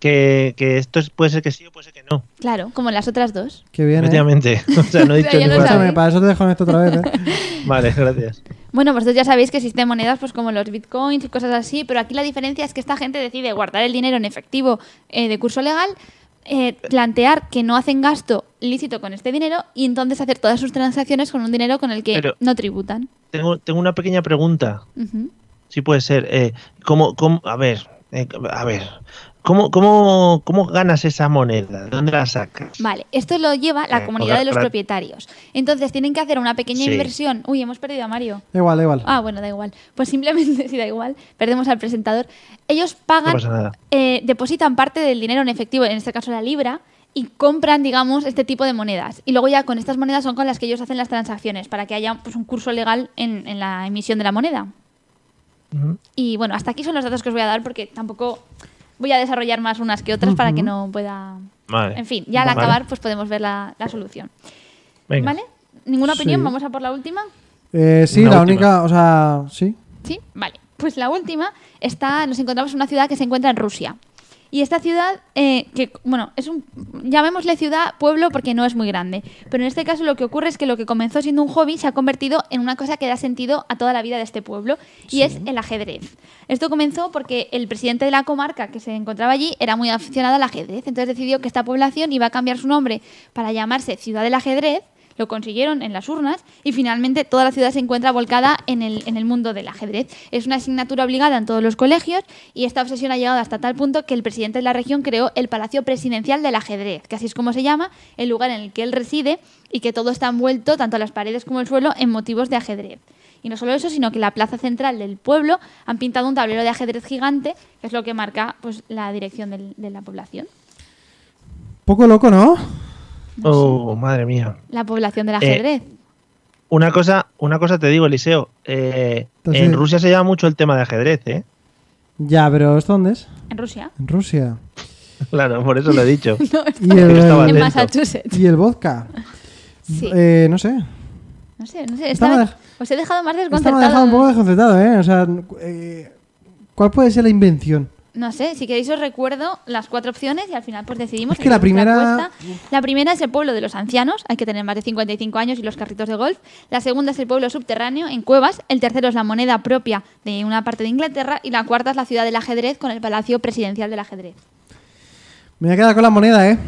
Que, que esto es- puede ser que sí o puede ser que no.
Claro, como las otras dos.
Que bien, ¿eh?
Efectivamente. (laughs) O sea, no he
O sea,
dicho
ya lo
ninguna-
sabes.
Escúchame, para eso te dejo en esto otra vez,
(laughs)
¿eh?
(laughs) Vale, gracias.
Bueno, vosotros ya sabéis que existen monedas pues como los bitcoins y cosas así, pero aquí la diferencia es que esta gente decide guardar el dinero en efectivo eh, de curso legal, eh, plantear que no hacen gasto lícito con este dinero y entonces hacer todas sus transacciones con un dinero con el que
Pero-
no tributan.
Tengo, tengo una pequeña pregunta.
Ujú.
Sí puede ser. Eh, ¿cómo, cómo- a ver, eh, a ver. ¿Cómo, cómo, ¿Cómo ganas esa moneda? ¿De dónde la sacas?
Vale, esto lo lleva la
Eh,
comunidad
otra-
de los
otra-
propietarios. Entonces tienen que hacer una pequeña
Sí.
inversión. Uy, hemos perdido a Mario.
Da Igual, da igual.
Ah, bueno, da igual. Pues simplemente, (laughs) si da igual, perdemos al presentador. Ellos
No
pagan
pasa nada.
eh, depositan parte del dinero en efectivo, en este caso la libra, y compran, digamos, este tipo de monedas. Y luego ya con estas monedas son con las que ellos hacen las transacciones, para que haya pues, un curso legal en, en la emisión de la moneda.
Ujú.
Y bueno, hasta aquí son los datos que os voy a dar porque tampoco voy a desarrollar más unas que otras para que no pueda...
Vale.
En fin, ya al
Vale.
acabar pues podemos ver la, la solución.
Venga.
¿Vale? ¿Ninguna opinión?
Sí.
¿Vamos a por la última?
Eh, sí,
Una
la
última.
única, o sea, sí.
¿Sí? Vale. Pues la última está. Nos encontramos en una ciudad que se encuentra en Rusia. Y esta ciudad, eh, que, bueno, es un. llamémosle ciudad, pueblo, porque no es muy grande. Pero en este caso lo que ocurre es que lo que comenzó siendo un hobby se ha convertido en una cosa que da sentido a toda la vida de este pueblo, y es el ajedrez. Esto comenzó porque el presidente de la comarca que se encontraba allí era muy aficionado al ajedrez. Entonces decidió que esta población iba a cambiar su nombre para llamarse Ciudad del Ajedrez lo consiguieron en las urnas y finalmente toda la ciudad se encuentra volcada en el, en el mundo del ajedrez. Es una asignatura obligada en todos los colegios y esta obsesión ha llegado hasta tal punto que el presidente de la región creó el Palacio Presidencial del Ajedrez, que así es como se llama, el lugar en el que él reside y que todo está envuelto, tanto las paredes como el suelo, en motivos de ajedrez. Y no solo eso, sino que en la plaza central del pueblo han pintado un tablero de ajedrez gigante, que es lo que marca pues, la dirección del- de la población.
Poco loco, ¿no?
Oh, madre mía.
La población del
Eh,
ajedrez.
Una cosa, una cosa te digo, Eliseo. eh,
Entonces-
en Rusia se lleva mucho el tema de ajedrez, ¿eh? (laughs)
Ya, pero ¿esto dónde es?
en Rusia. (laughs)
En Rusia.
Claro, por eso lo he dicho.
Y
Yo estaba
En
lento.
el,
Massachusetts.
y el vodka.
Sí.
Eh, no sé.
No sé, no
Esta
sé. estaba-
me ha
os he dejado
Esta
más
me
desconcertado.
ha dejado un poco desconcertado, ¿eh? O sea, eh, ¿cuál puede ser la invención?
No sé, si queréis os recuerdo las cuatro opciones y al final pues decidimos.
Es que la
hacemos
primera-
encuesta. La primera es el pueblo de los ancianos, hay que tener más de 55 años y los carritos de golf. La segunda es el pueblo subterráneo, en cuevas. El tercero es la moneda propia de una parte de Inglaterra. Y la cuarta es la ciudad del ajedrez con el palacio presidencial del ajedrez.
Me voy a quedar con la moneda, ¿eh?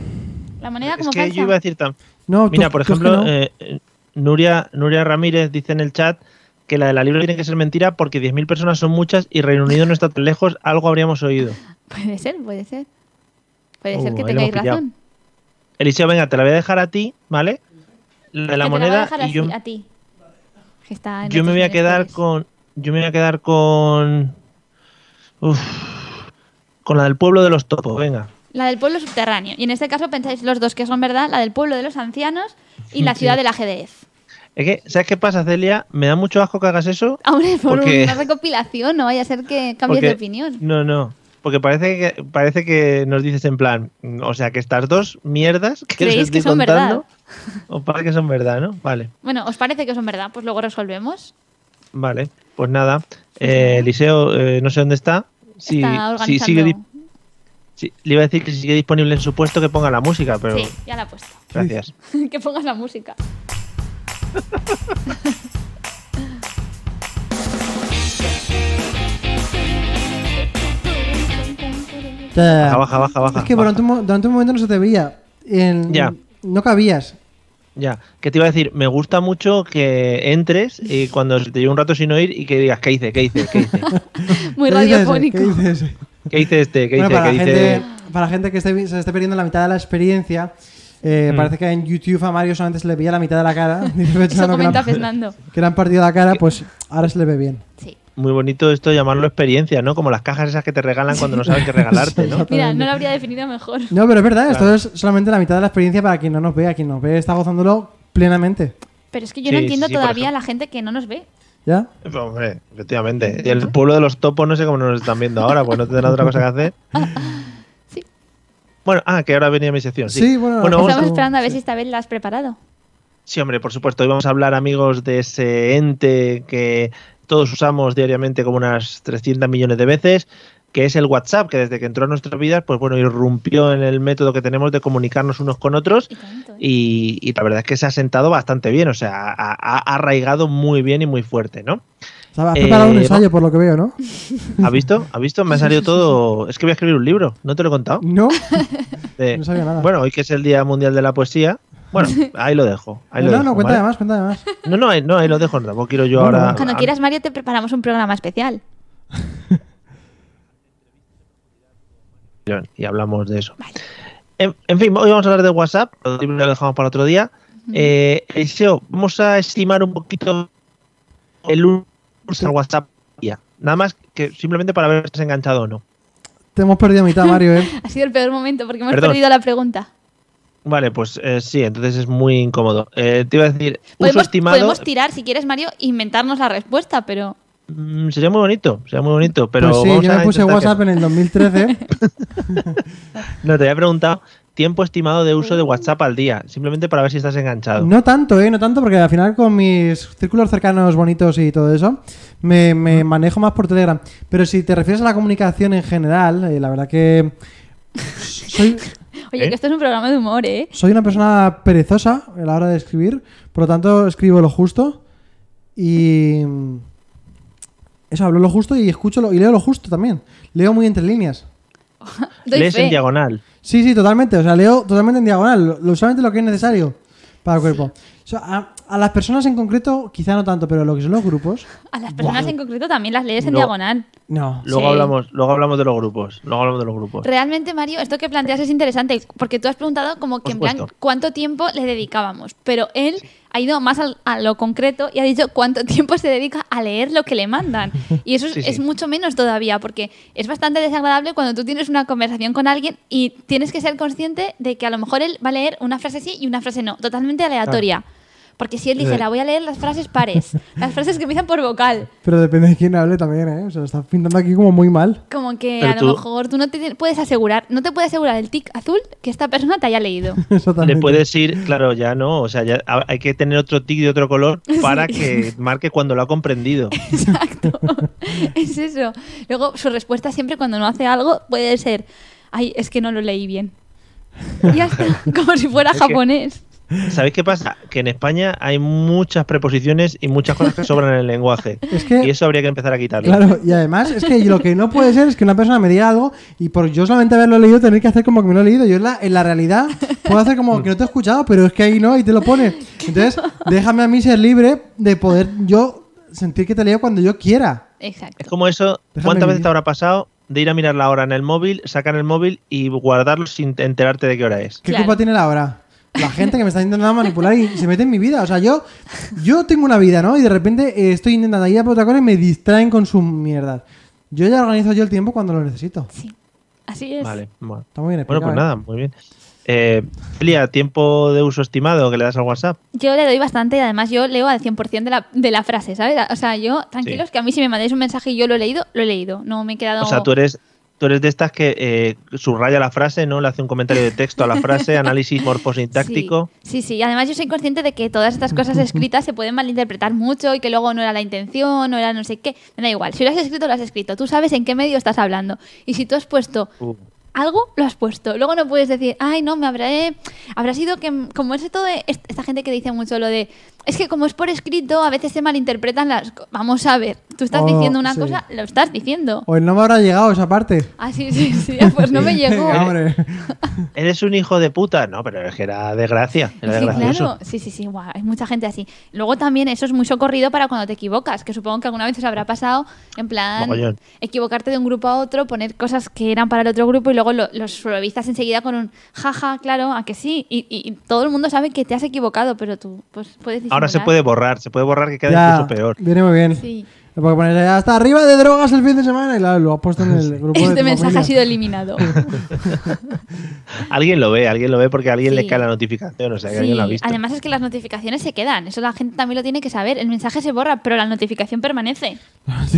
La moneda
Es
como
que
falsa.
yo
(laughs)
iba a decir tan.
No,
Mira,
tú-
por
tú es que
ejemplo,
no.
eh, eh, Nuria, Nuria Ramírez dice en el chat que la de la libra tiene que ser mentira porque 10.000 personas son muchas y Reino Unido no está tan lejos, algo habríamos oído.
Puede ser, puede ser. Puede
Uh,
ser que
ahí la
tengáis
hemos pillado.
razón.
Eliseo, venga, te la voy a dejar a ti, ¿vale? La de la
Que te
moneda
voy a dejar
y yo,
así, a ti. Que está en
yo me
nuestros
voy a quedar
menesteres.
con yo me voy a quedar con uf, con la del pueblo de los topos, venga.
La del pueblo subterráneo. Y en este caso pensáis los dos que son verdad, la del pueblo de los ancianos y la ciudad del ajedrez.
Es que, ¿sabes qué pasa, Celia? Me da mucho asco que hagas eso.
Hombre, por
Porque-
una recopilación, no vaya a ser que cambies
porque-
de opinión.
No, no. Porque parece que, parece que nos dices en plan, mm, o sea, que estas dos mierdas que os
¿Creéis
estoy
que son
contando,
verdad?
o parece que son verdad, ¿no? Vale,
Bueno, ¿os parece que son verdad? Pues luego resolvemos.
vale. Pues nada, eh, Eliseo, eh, no sé dónde está. Si,
Está
si
organizando.
sigue, di- si- le iba a decir que si sigue disponible en su puesto que ponga la música, pero
Sí, ya la he puesto. (laughs)
gracias.
que pongas la música.
Ya,
Baja, baja, baja, baja.
Es que
baja.
durante un, mo- durante un momento no se te veía. En-
Ya.
No cabías.
Ya, que te iba a decir, me gusta mucho que entres y cuando se te lleve un rato sin oír y que digas, ¿qué hice? ¿Qué hice? ¿Qué hice?
Muy
¿Qué dices?
radiofónico.
¿Qué dices?
¿Qué hice este? ¿Qué
Bueno,
hice?
para,
¿Qué
la
hice?
gente, para la gente que esté- se esté perdiendo la mitad de la experiencia, eh,
Mm.
parece que en YouTube a Mario solamente se le veía la mitad de la cara. (laughs) Dice
Eso
Fernando que, le
comenta
han-
Fernando.
que le han partido la cara, pues ahora se le ve bien.
Sí.
Muy bonito esto de llamarlo experiencia, ¿no? Como las cajas esas que te regalan cuando no saben qué regalarte, ¿no?
Mira, no
Totalmente.
lo habría definido mejor.
No, pero es verdad,
Claro.
esto es solamente la mitad de la experiencia para quien no nos vea. Quien nos ve está gozándolo plenamente.
Pero es que yo
Sí,
no
sí,
entiendo
sí, por
todavía a
ejemplo.
la gente que no nos ve.
¿Ya?
Pues, hombre, efectivamente. Y el pueblo de los topos, no sé cómo nos están viendo ahora, pues no tendrán otra cosa que hacer.
sí.
Bueno, ah, que ahora venía mi sección. Sí,
Sí, bueno,
vamos
Estamos
a-
esperando a ver si esta vez la has preparado.
Sí, hombre, por supuesto. Hoy vamos a hablar, amigos, de ese ente que todos usamos diariamente como unas 300 millones de veces, que es el WhatsApp, que desde que entró a nuestras vidas, pues bueno, irrumpió en el método que tenemos de comunicarnos unos con otros.
Y tanto, ¿eh?
Y, y la verdad es que se ha sentado bastante bien, o sea, ha, ha- ha arraigado muy bien y muy fuerte, ¿no?
O sea, has
Eh,
preparado un
va-
ensayo, por lo que veo, ¿no?
¿Has visto? ¿Has visto? Me
(laughs)
ha salido todo. Es que voy a escribir un libro, no te lo he contado. (laughs)
No,
De-
no sabía nada.
Eh, Bueno, hoy que es el Día Mundial de la Poesía.
(laughs)
Bueno, ahí lo dejo. Ahí lo
no,
dejo,
no, cuéntame
¿vale?
más, cuéntame más.
No, no, ahí- no, ahí lo dejo. Tampoco quiero yo
No,
ahora.
no.
Cuando
a-
quieras, Mario, te preparamos un programa especial.
y hablamos de eso. En, en fin, hoy vamos a hablar de WhatsApp, lo libre lo dejamos para otro día. Eh, Eliseo, vamos a estimar un poquito el uso de WhatsApp. ya. Nada más que simplemente para ver si estás enganchado o no.
Te hemos perdido mitad, Mario, ¿eh?
Ha sido el peor momento porque hemos
Perdón.
perdido la pregunta.
Vale, pues eh, sí, entonces es muy incómodo. Eh, te iba a decir, uso
Podemos,
estimado
podemos tirar, si quieres, Mario, e inventarnos la respuesta, pero
mm, sería muy bonito, sería muy bonito, (laughs) pero
pues sí,
vamos
yo
a
me puse
intentar que-
WhatsApp en
(laughs)
el 2013.
No, te había preguntado tiempo estimado de uso de WhatsApp al día, simplemente para ver si estás enganchado.
No tanto, ¿eh? No tanto, porque al final con mis círculos cercanos bonitos y todo eso, me, me manejo más por Telegram. Pero si te refieres a la comunicación en general, eh, la verdad que soy,
Oye,
¿Eh?
que esto es un programa de humor, ¿eh?
soy una persona perezosa a la hora de escribir, por lo tanto escribo lo justo y... mm, Eso, hablo lo justo y escucho lo, y leo lo justo también. Leo muy entre líneas.
Doy
Lees
fe.
en diagonal.
Sí, sí, totalmente. O sea, leo totalmente en diagonal. Lo, solamente lo que es necesario para el cuerpo. O sea, a, a las personas en concreto, quizá no tanto, pero lo que son los grupos...
A las personas en concreto también las lees en
No.
diagonal.
No.
Luego
Sí.
hablamos, luego hablamos de los grupos. Luego hablamos de los grupos.
Realmente, Mario, esto que planteas es interesante, porque tú has preguntado como que
Por
en plan
supuesto.
cuánto tiempo le dedicábamos, pero él ha ido más al- a lo concreto y ha dicho cuánto tiempo se dedica a leer lo que le mandan. Y eso es,
Sí, sí.
es mucho menos todavía, porque es bastante desagradable cuando tú tienes una conversación con alguien y tienes que ser consciente de que a lo mejor él va a leer una frase sí y una frase no, totalmente aleatoria. Porque si él
Eh.
dijera, voy a leer las frases pares, las frases que empiezan por vocal,
Pero depende de quién hable también, ¿eh? O sea, lo estás pintando aquí como muy mal. (laughs)
Como que
Pero
a
tú-
lo mejor tú no te puedes asegurar, no te puede asegurar el tic azul que esta persona te
(laughs)
haya leído.
Exactamente.
Le puedes ir, claro, ya no, o sea, ya ha- hay que tener otro tic de otro
(laughs)
color para que marque cuando lo ha comprendido.
Exacto. es eso. Luego su respuesta siempre cuando no hace algo puede ser, ay, es que no lo leí bien. Y ya
(laughs)
está, como si fuera
Es que-
japonés.
¿Sabéis qué pasa? Que en España hay muchas preposiciones y muchas cosas que sobran en el lenguaje.
Es que-
Y eso habría que empezar a quitarlo.
Claro, y además es que lo que no puede ser es que una persona me diga algo y por yo solamente haberlo leído tener que hacer como que me lo he leído. Yo en la, en la realidad puedo hacer como que no te he escuchado, pero es que ahí no y te lo pone. Entonces, déjame a mí ser libre de poder yo sentir que te leo cuando yo quiera.
Es
Exacto.
como eso,
Déjame
¿cuántas veces
vivir.
te habrá pasado de ir a mirar la hora en el móvil, sacar el móvil y guardarlo sin enterarte de qué hora es?
¿Qué
Claro.
culpa tiene la hora? La gente que me está intentando manipular y se mete en mi vida. O sea, yo, yo tengo una vida, ¿no? Y de repente eh, estoy intentando ir a por otra cosa y me distraen con su mierda. Yo ya organizo yo el tiempo cuando lo necesito.
Sí. Así es.
Vale, bueno.
Está muy bien
Bueno,
explicado.
pues
¿eh?
nada, muy bien. Eh, Elia, tiempo de uso estimado que le das al WhatsApp.
Yo le doy bastante y además yo leo al 100% de la, de la frase, ¿sabes? O sea, yo, tranquilos,
Sí.
que a mí si me mandáis un mensaje y yo lo he leído, lo he leído. No me he quedado...
O sea, tú eres, tú eres de estas que eh, subraya la frase, ¿no? Le hace un comentario de texto a la
(laughs)
frase, análisis morfosintáctico.
Sí, sí, sí. Además, yo soy consciente de que todas
(laughs)
estas cosas escritas se pueden malinterpretar mucho y que luego no era la intención, no era no sé qué. Me da igual. Si lo has escrito, lo has escrito. Tú sabes en qué medio estás hablando. Y si tú has puesto
Uh,
algo, lo has puesto. Luego no puedes decir, ay, no, me habré. Habrá sido que. Como es todo de- est- esta gente que dice mucho lo de. Es que como es por escrito, a veces se malinterpretan las. co-". Vamos a ver. Tú estás
Oh,
diciendo una
sí.
cosa, lo estás diciendo.
¿eh? O el no me habrá llegado esa parte.
Ah, sí, sí, sí. (laughs) Pues no me llegó.
Venga, (laughs) hombre.
Eres un hijo de puta. No, pero es que era desgracia. Era
Sí,
desgracioso.
claro. Sí, sí, sí. guau, hay mucha gente así. Luego también eso es muy socorrido para cuando te equivocas, que supongo que alguna vez os habrá pasado, en plan,
Mogollón.
equivocarte de un grupo a otro, poner cosas que eran para el otro grupo y luego lo- los suavizas enseguida con un jaja, claro, a que sí. Y, y- y todo el mundo sabe que te has equivocado, pero tú pues puedes decir.
Ahora se puede borrar, se puede borrar que queda
ya,
incluso peor.
viene muy bien.
(laughs)
Sí.
Porque pones ahí, hasta arriba de drogas el fin de semana y la- lo has puesto en el grupo de
Este
tu
mensaje
familia. (laughs)
ha
(laughs)
sido eliminado.
Alguien lo ve, alguien lo ve porque a alguien le
Sí.
cae la notificación, o sea, que
Sí,
alguien lo ha visto.
Además es que las notificaciones se quedan. Eso la gente también lo tiene que saber. El mensaje se borra, pero la
(laughs)
notificación permanece.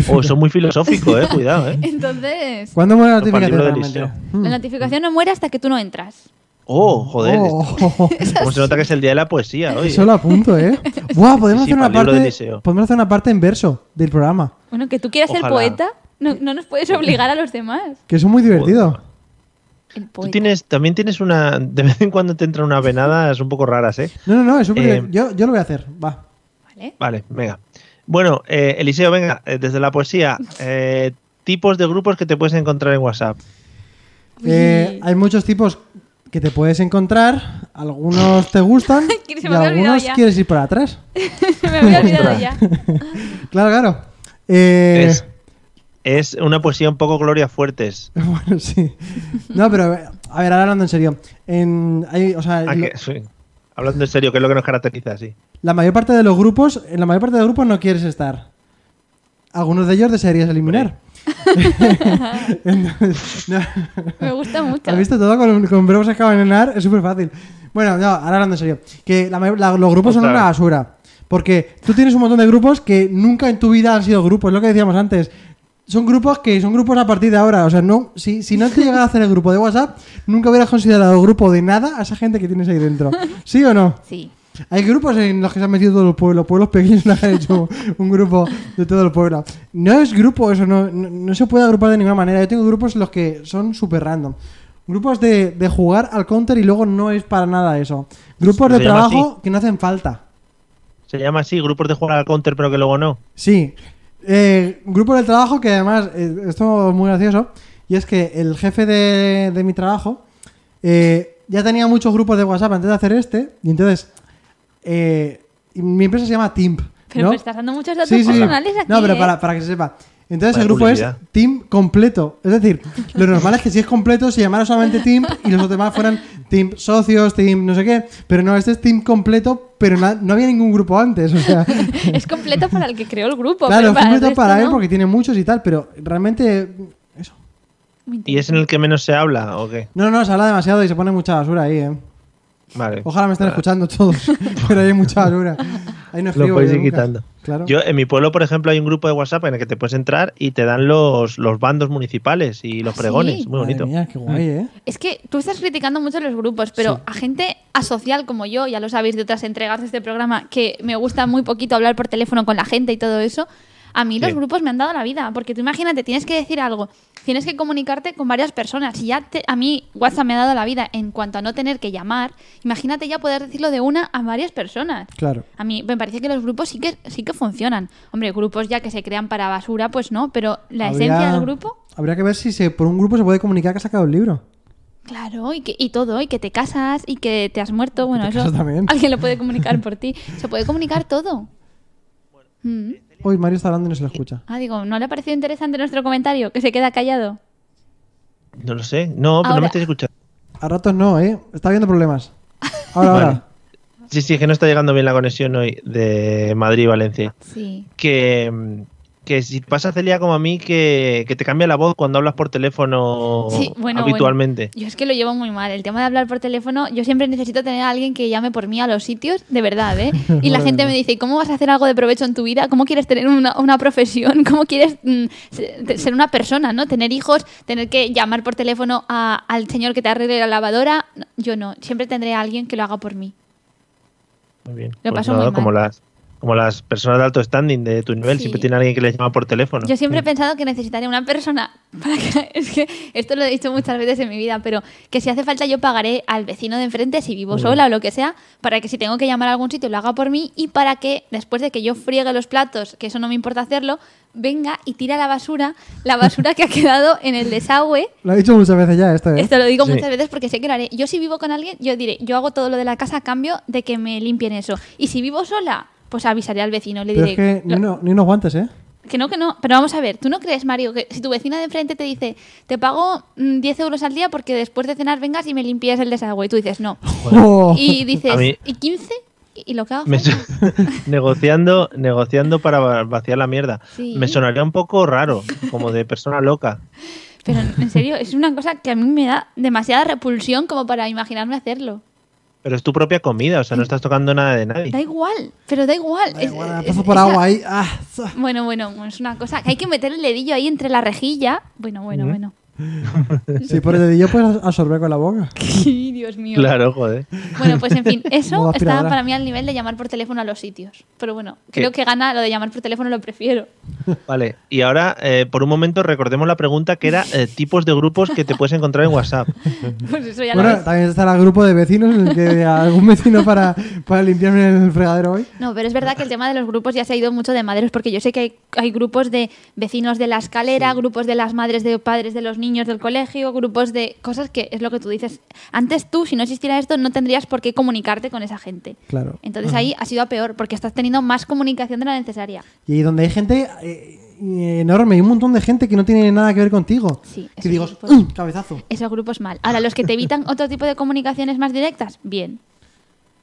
Oh, son muy filosóficos, eh, cuidado, eh.
Entonces,
¿Cuándo muere la Hmm.
Como para
notificación
el libro de
realmente?
la notificación no muere hasta que tú no entras.
Oh, joder,
Oh, oh,
(laughs)
oh. (laughs)
como se nota que es el día de la poesía hoy.
Eso lo apunto, ¿eh? ¡Guau! Podemos,
(laughs) Sí, sí,
hacer una
para el libro de
parte,
Eliseo.
podemos hacer una parte en verso del programa,
Bueno, que tú quieras ser
Ojalá.
poeta, no, no
(laughs)
nos puedes obligar a los demás.
que es muy divertido.
Joder.
El
Tú
poeta.
tienes, también tienes una. De vez en cuando te entran unas venadas un poco raras, ¿eh?
No, no, no, es súper
Eh,
divertido. yo, yo lo voy a hacer, va.
¿Vale? (laughs)
Vale, venga. Bueno, eh, Eliseo, venga, eh, desde la poesía, eh, tipos de grupos que te puedes encontrar en WhatsApp.
Eh, hay muchos tipos que te puedes encontrar, algunos te gustan
(laughs) Que
y
se me había olvidado
algunos
ya.
quieres ir para
(laughs)
atrás.
Me había olvidado ya.
Claro, claro. Eh,
Es, es una poesía un poco Gloria Fuertes.
(laughs) Bueno, sí. No, pero a ver, ahora hablando en serio. En, hay- o sea,
Ah,
lo-
que- sí. Hablando en serio, que es lo que nos caracteriza, sí.
la mayor parte de los grupos, en la mayor parte de los grupos no quieres estar. Algunos de ellos desearías eliminar. (laughs) Entonces, no.
Me gusta mucho.
¿Has visto todo con, con verbos que acaban en ar? Es súper fácil. Bueno, no, ahora hablando en serio. Que la may- la- los grupos son
Otra
una
vez.
basura. Porque tú tienes un montón de grupos que nunca en tu vida han sido grupos, es lo que decíamos antes. Son grupos que son grupos a partir de ahora. O sea, no, si, si no te llegara a hacer el grupo de WhatsApp, nunca hubieras considerado grupo de nada a esa gente que tienes ahí dentro. ¿Sí o no?
Sí.
Hay grupos en los que se han metido todos los pueblos, pueblos pequeños (laughs) no han hecho un grupo de todos los pueblos. No es grupo eso, no, no, no se puede agrupar de ninguna manera. Yo tengo grupos en los que son súper random. Grupos de, de jugar al counter y luego no es para nada eso. Grupos de
Se llama
trabajo que no hacen falta.
Se llama así, grupos de jugar al counter, pero que luego no.
Sí. Eh, grupo del trabajo que además, eh, esto es muy gracioso, y es que el jefe de, de mi trabajo eh, ya tenía muchos grupos de WhatsApp antes de hacer este, y entonces eh, y mi empresa se llama Timp.
Pero
¿no?
me estás dando muchos datos
Sí, sí.
personales aquí.
No, pero
¿eh?
para, para que se sepa. Entonces
Vaya
el grupo
publicidad.
es Team completo. Es decir, lo normal es que si es completo se llamara solamente Team y los demás fueran Team socios, Team no sé qué. Pero no, este es Team completo, pero na- no había ningún grupo antes. O sea,
(laughs) Es completo para el que creó el grupo.
claro, es
pero para el
completo
resto
para él
no.
porque tiene muchos y tal, pero realmente. Eso.
Muy interesante.
¿Y es en el que menos se habla o qué?
No, no, se habla demasiado y se pone mucha basura ahí, ¿eh?
Vale. Ah.
Ojalá me estén escuchando
(laughs)
todos, pero hay mucha basura. Ahí no
Lo
escribo
podéis
yo
ir
nunca.
quitando.
Claro.
Yo, en mi pueblo, por ejemplo, hay un grupo de WhatsApp en el que te puedes entrar y te dan los, los bandos municipales y los
¿Ah, sí?
pregones.
Madre
Muy bonito. Mm.
mía, qué guay, ¿eh?
Es que tú estás criticando mucho los grupos, pero a gente asocial como yo, ya lo sabéis de otras entregas de este programa, que me gusta muy poquito hablar por teléfono con la gente y todo eso, a mí los
Sí.
grupos me han dado la vida. Porque tú imagínate, tienes que decir algo, tienes que comunicarte con varias personas. Y ya te- a mí WhatsApp me ha dado la vida en cuanto a no tener que llamar. Imagínate ya poder decirlo de una a varias personas.
Claro.
A mí me parece que los grupos sí que, sí que funcionan. Hombre, grupos ya que se crean para basura, pues no, pero la esencia
Habría-
del grupo...
Habría que ver si se, por un grupo se puede comunicar que ha sacado el libro.
Claro, y, que, y todo, y que te casas, y que te has muerto. Bueno,
te
eso
casas también.
(laughs) alguien lo puede comunicar por ti. Se puede comunicar todo. Mm.
Uy, Mario está hablando y no se lo escucha.
Ah, digo, ¿no le ha parecido interesante nuestro comentario? Que se queda callado.
No lo sé. No, pero no
Ahora-
me estáis escuchando.
A ratos no, ¿eh? Está habiendo problemas. Ahora,
Vale.
ahora.
Sí, sí, es que no está llegando bien la conexión hoy de Madrid-Valencia.
Sí.
Que, mm, que si pasa Celia como a mí, que, que te cambia la voz cuando hablas por teléfono
Sí, bueno,
habitualmente.
Yo es que lo llevo muy mal. El tema de hablar por teléfono, yo siempre necesito tener a alguien que llame por mí a los sitios, de verdad, ¿eh? Y la gente me dice, ¿y cómo vas a hacer algo de provecho en tu vida? ¿Cómo quieres tener una, una profesión? (laughs) ¿Cómo quieres mm, se- te- ser una persona, no? Tener hijos, tener que llamar por teléfono a- al señor que te arregle la lavadora. No, Yo no, siempre tendré a alguien que lo haga por mí.
Muy bien. Pues
Lo paso muy mal.
Como las, como las personas de alto standing de tu nivel,
Sí.
siempre tiene alguien que les llama por teléfono.
Yo siempre he pensado que necesitaría una persona para que, (laughs) es que esto lo he dicho muchas veces en mi vida, pero que si hace falta yo pagaré al vecino de enfrente si vivo sola o lo que sea, para que si tengo que llamar a algún sitio lo haga por mí y para que después de que yo friegue los platos, que eso no me importa hacerlo, venga y tira la basura, la basura que ha quedado en
(laughs)
el desagüe.
Lo he dicho muchas veces ya esto, ¿eh?
Esto lo digo
Sí.
muchas veces porque sé que lo haré. Yo si vivo con alguien, yo diré, yo hago todo lo de la casa a cambio de que me limpien eso. Y si vivo sola, pues avisaré al vecino, le
Pero
diré...
es que ni,
"Lo-
uno- ni unos guantes, ¿eh?
que no, que no. Pero vamos a ver, ¿tú no crees, Mario, que si tu vecina de enfrente te dice, te pago mm, 10 euros al día porque después de cenar vengas y me limpias el desagüe? Y tú dices, no.
(laughs) Oh.
Y dices,
A mí-
¿y 15? ¿Y lo que hago?
Me su- (laughs) negociando, negociando para va- vaciar la mierda.
Sí.
Me sonaría un poco raro, como de persona loca.
Pero en serio, es una cosa que a mí me da demasiada repulsión como para imaginarme hacerlo.
Pero es tu propia comida, o sea, no estás tocando nada de
Da
nadie.
igual, pero da igual.
Ay,
Es-
bueno,
es-
paso por
esa-
agua ahí. Ah, za.
Bueno, bueno, es una cosa que hay que meter el dedillo ahí entre la rejilla. Bueno, bueno,
Mm.
Ujú.
(laughs)
bueno. (laughs)
Sí, por el dedillo puedes absorber con la boca.
Ay, Dios mío.
Claro, joder.
Bueno, pues
(laughs)
en fin,
Modo
eso está
aspiradora.
para mí al nivel de llamar por teléfono a los sitios. Pero bueno,
¿Qué?
creo que gana lo de llamar por teléfono,
(laughs)
lo prefiero.
Vale, y ahora eh, por un momento recordemos la pregunta que era eh, tipos de grupos que te puedes encontrar en WhatsApp.
Pues eso (laughs) ya lo
Bueno,
ves.
también estará el grupo de vecinos en el
(laughs)
que algún vecino para, para limpiarme el fregadero hoy.
No, pero es verdad que el tema de los grupos ya se ha ido mucho de maderos, porque yo sé que hay, hay grupos de vecinos de la escalera, grupos de las madres de padres de los niños del colegio, grupos de cosas que es lo que tú dices. Antes tú, si no existiera esto, no tendrías por qué comunicarte con esa gente.
Claro.
Entonces ahí ha sido a peor, porque estás teniendo más comunicación de la necesaria.
Y donde hay gente eh, enorme, hay un montón de gente que no tiene nada que ver contigo.
Sí, eso
que digo,
sí, pues.
"Mm, cabezazo.
Esos grupos mal. Ahora, los que te evitan
(laughs)
otro tipo de comunicaciones más directas, bien.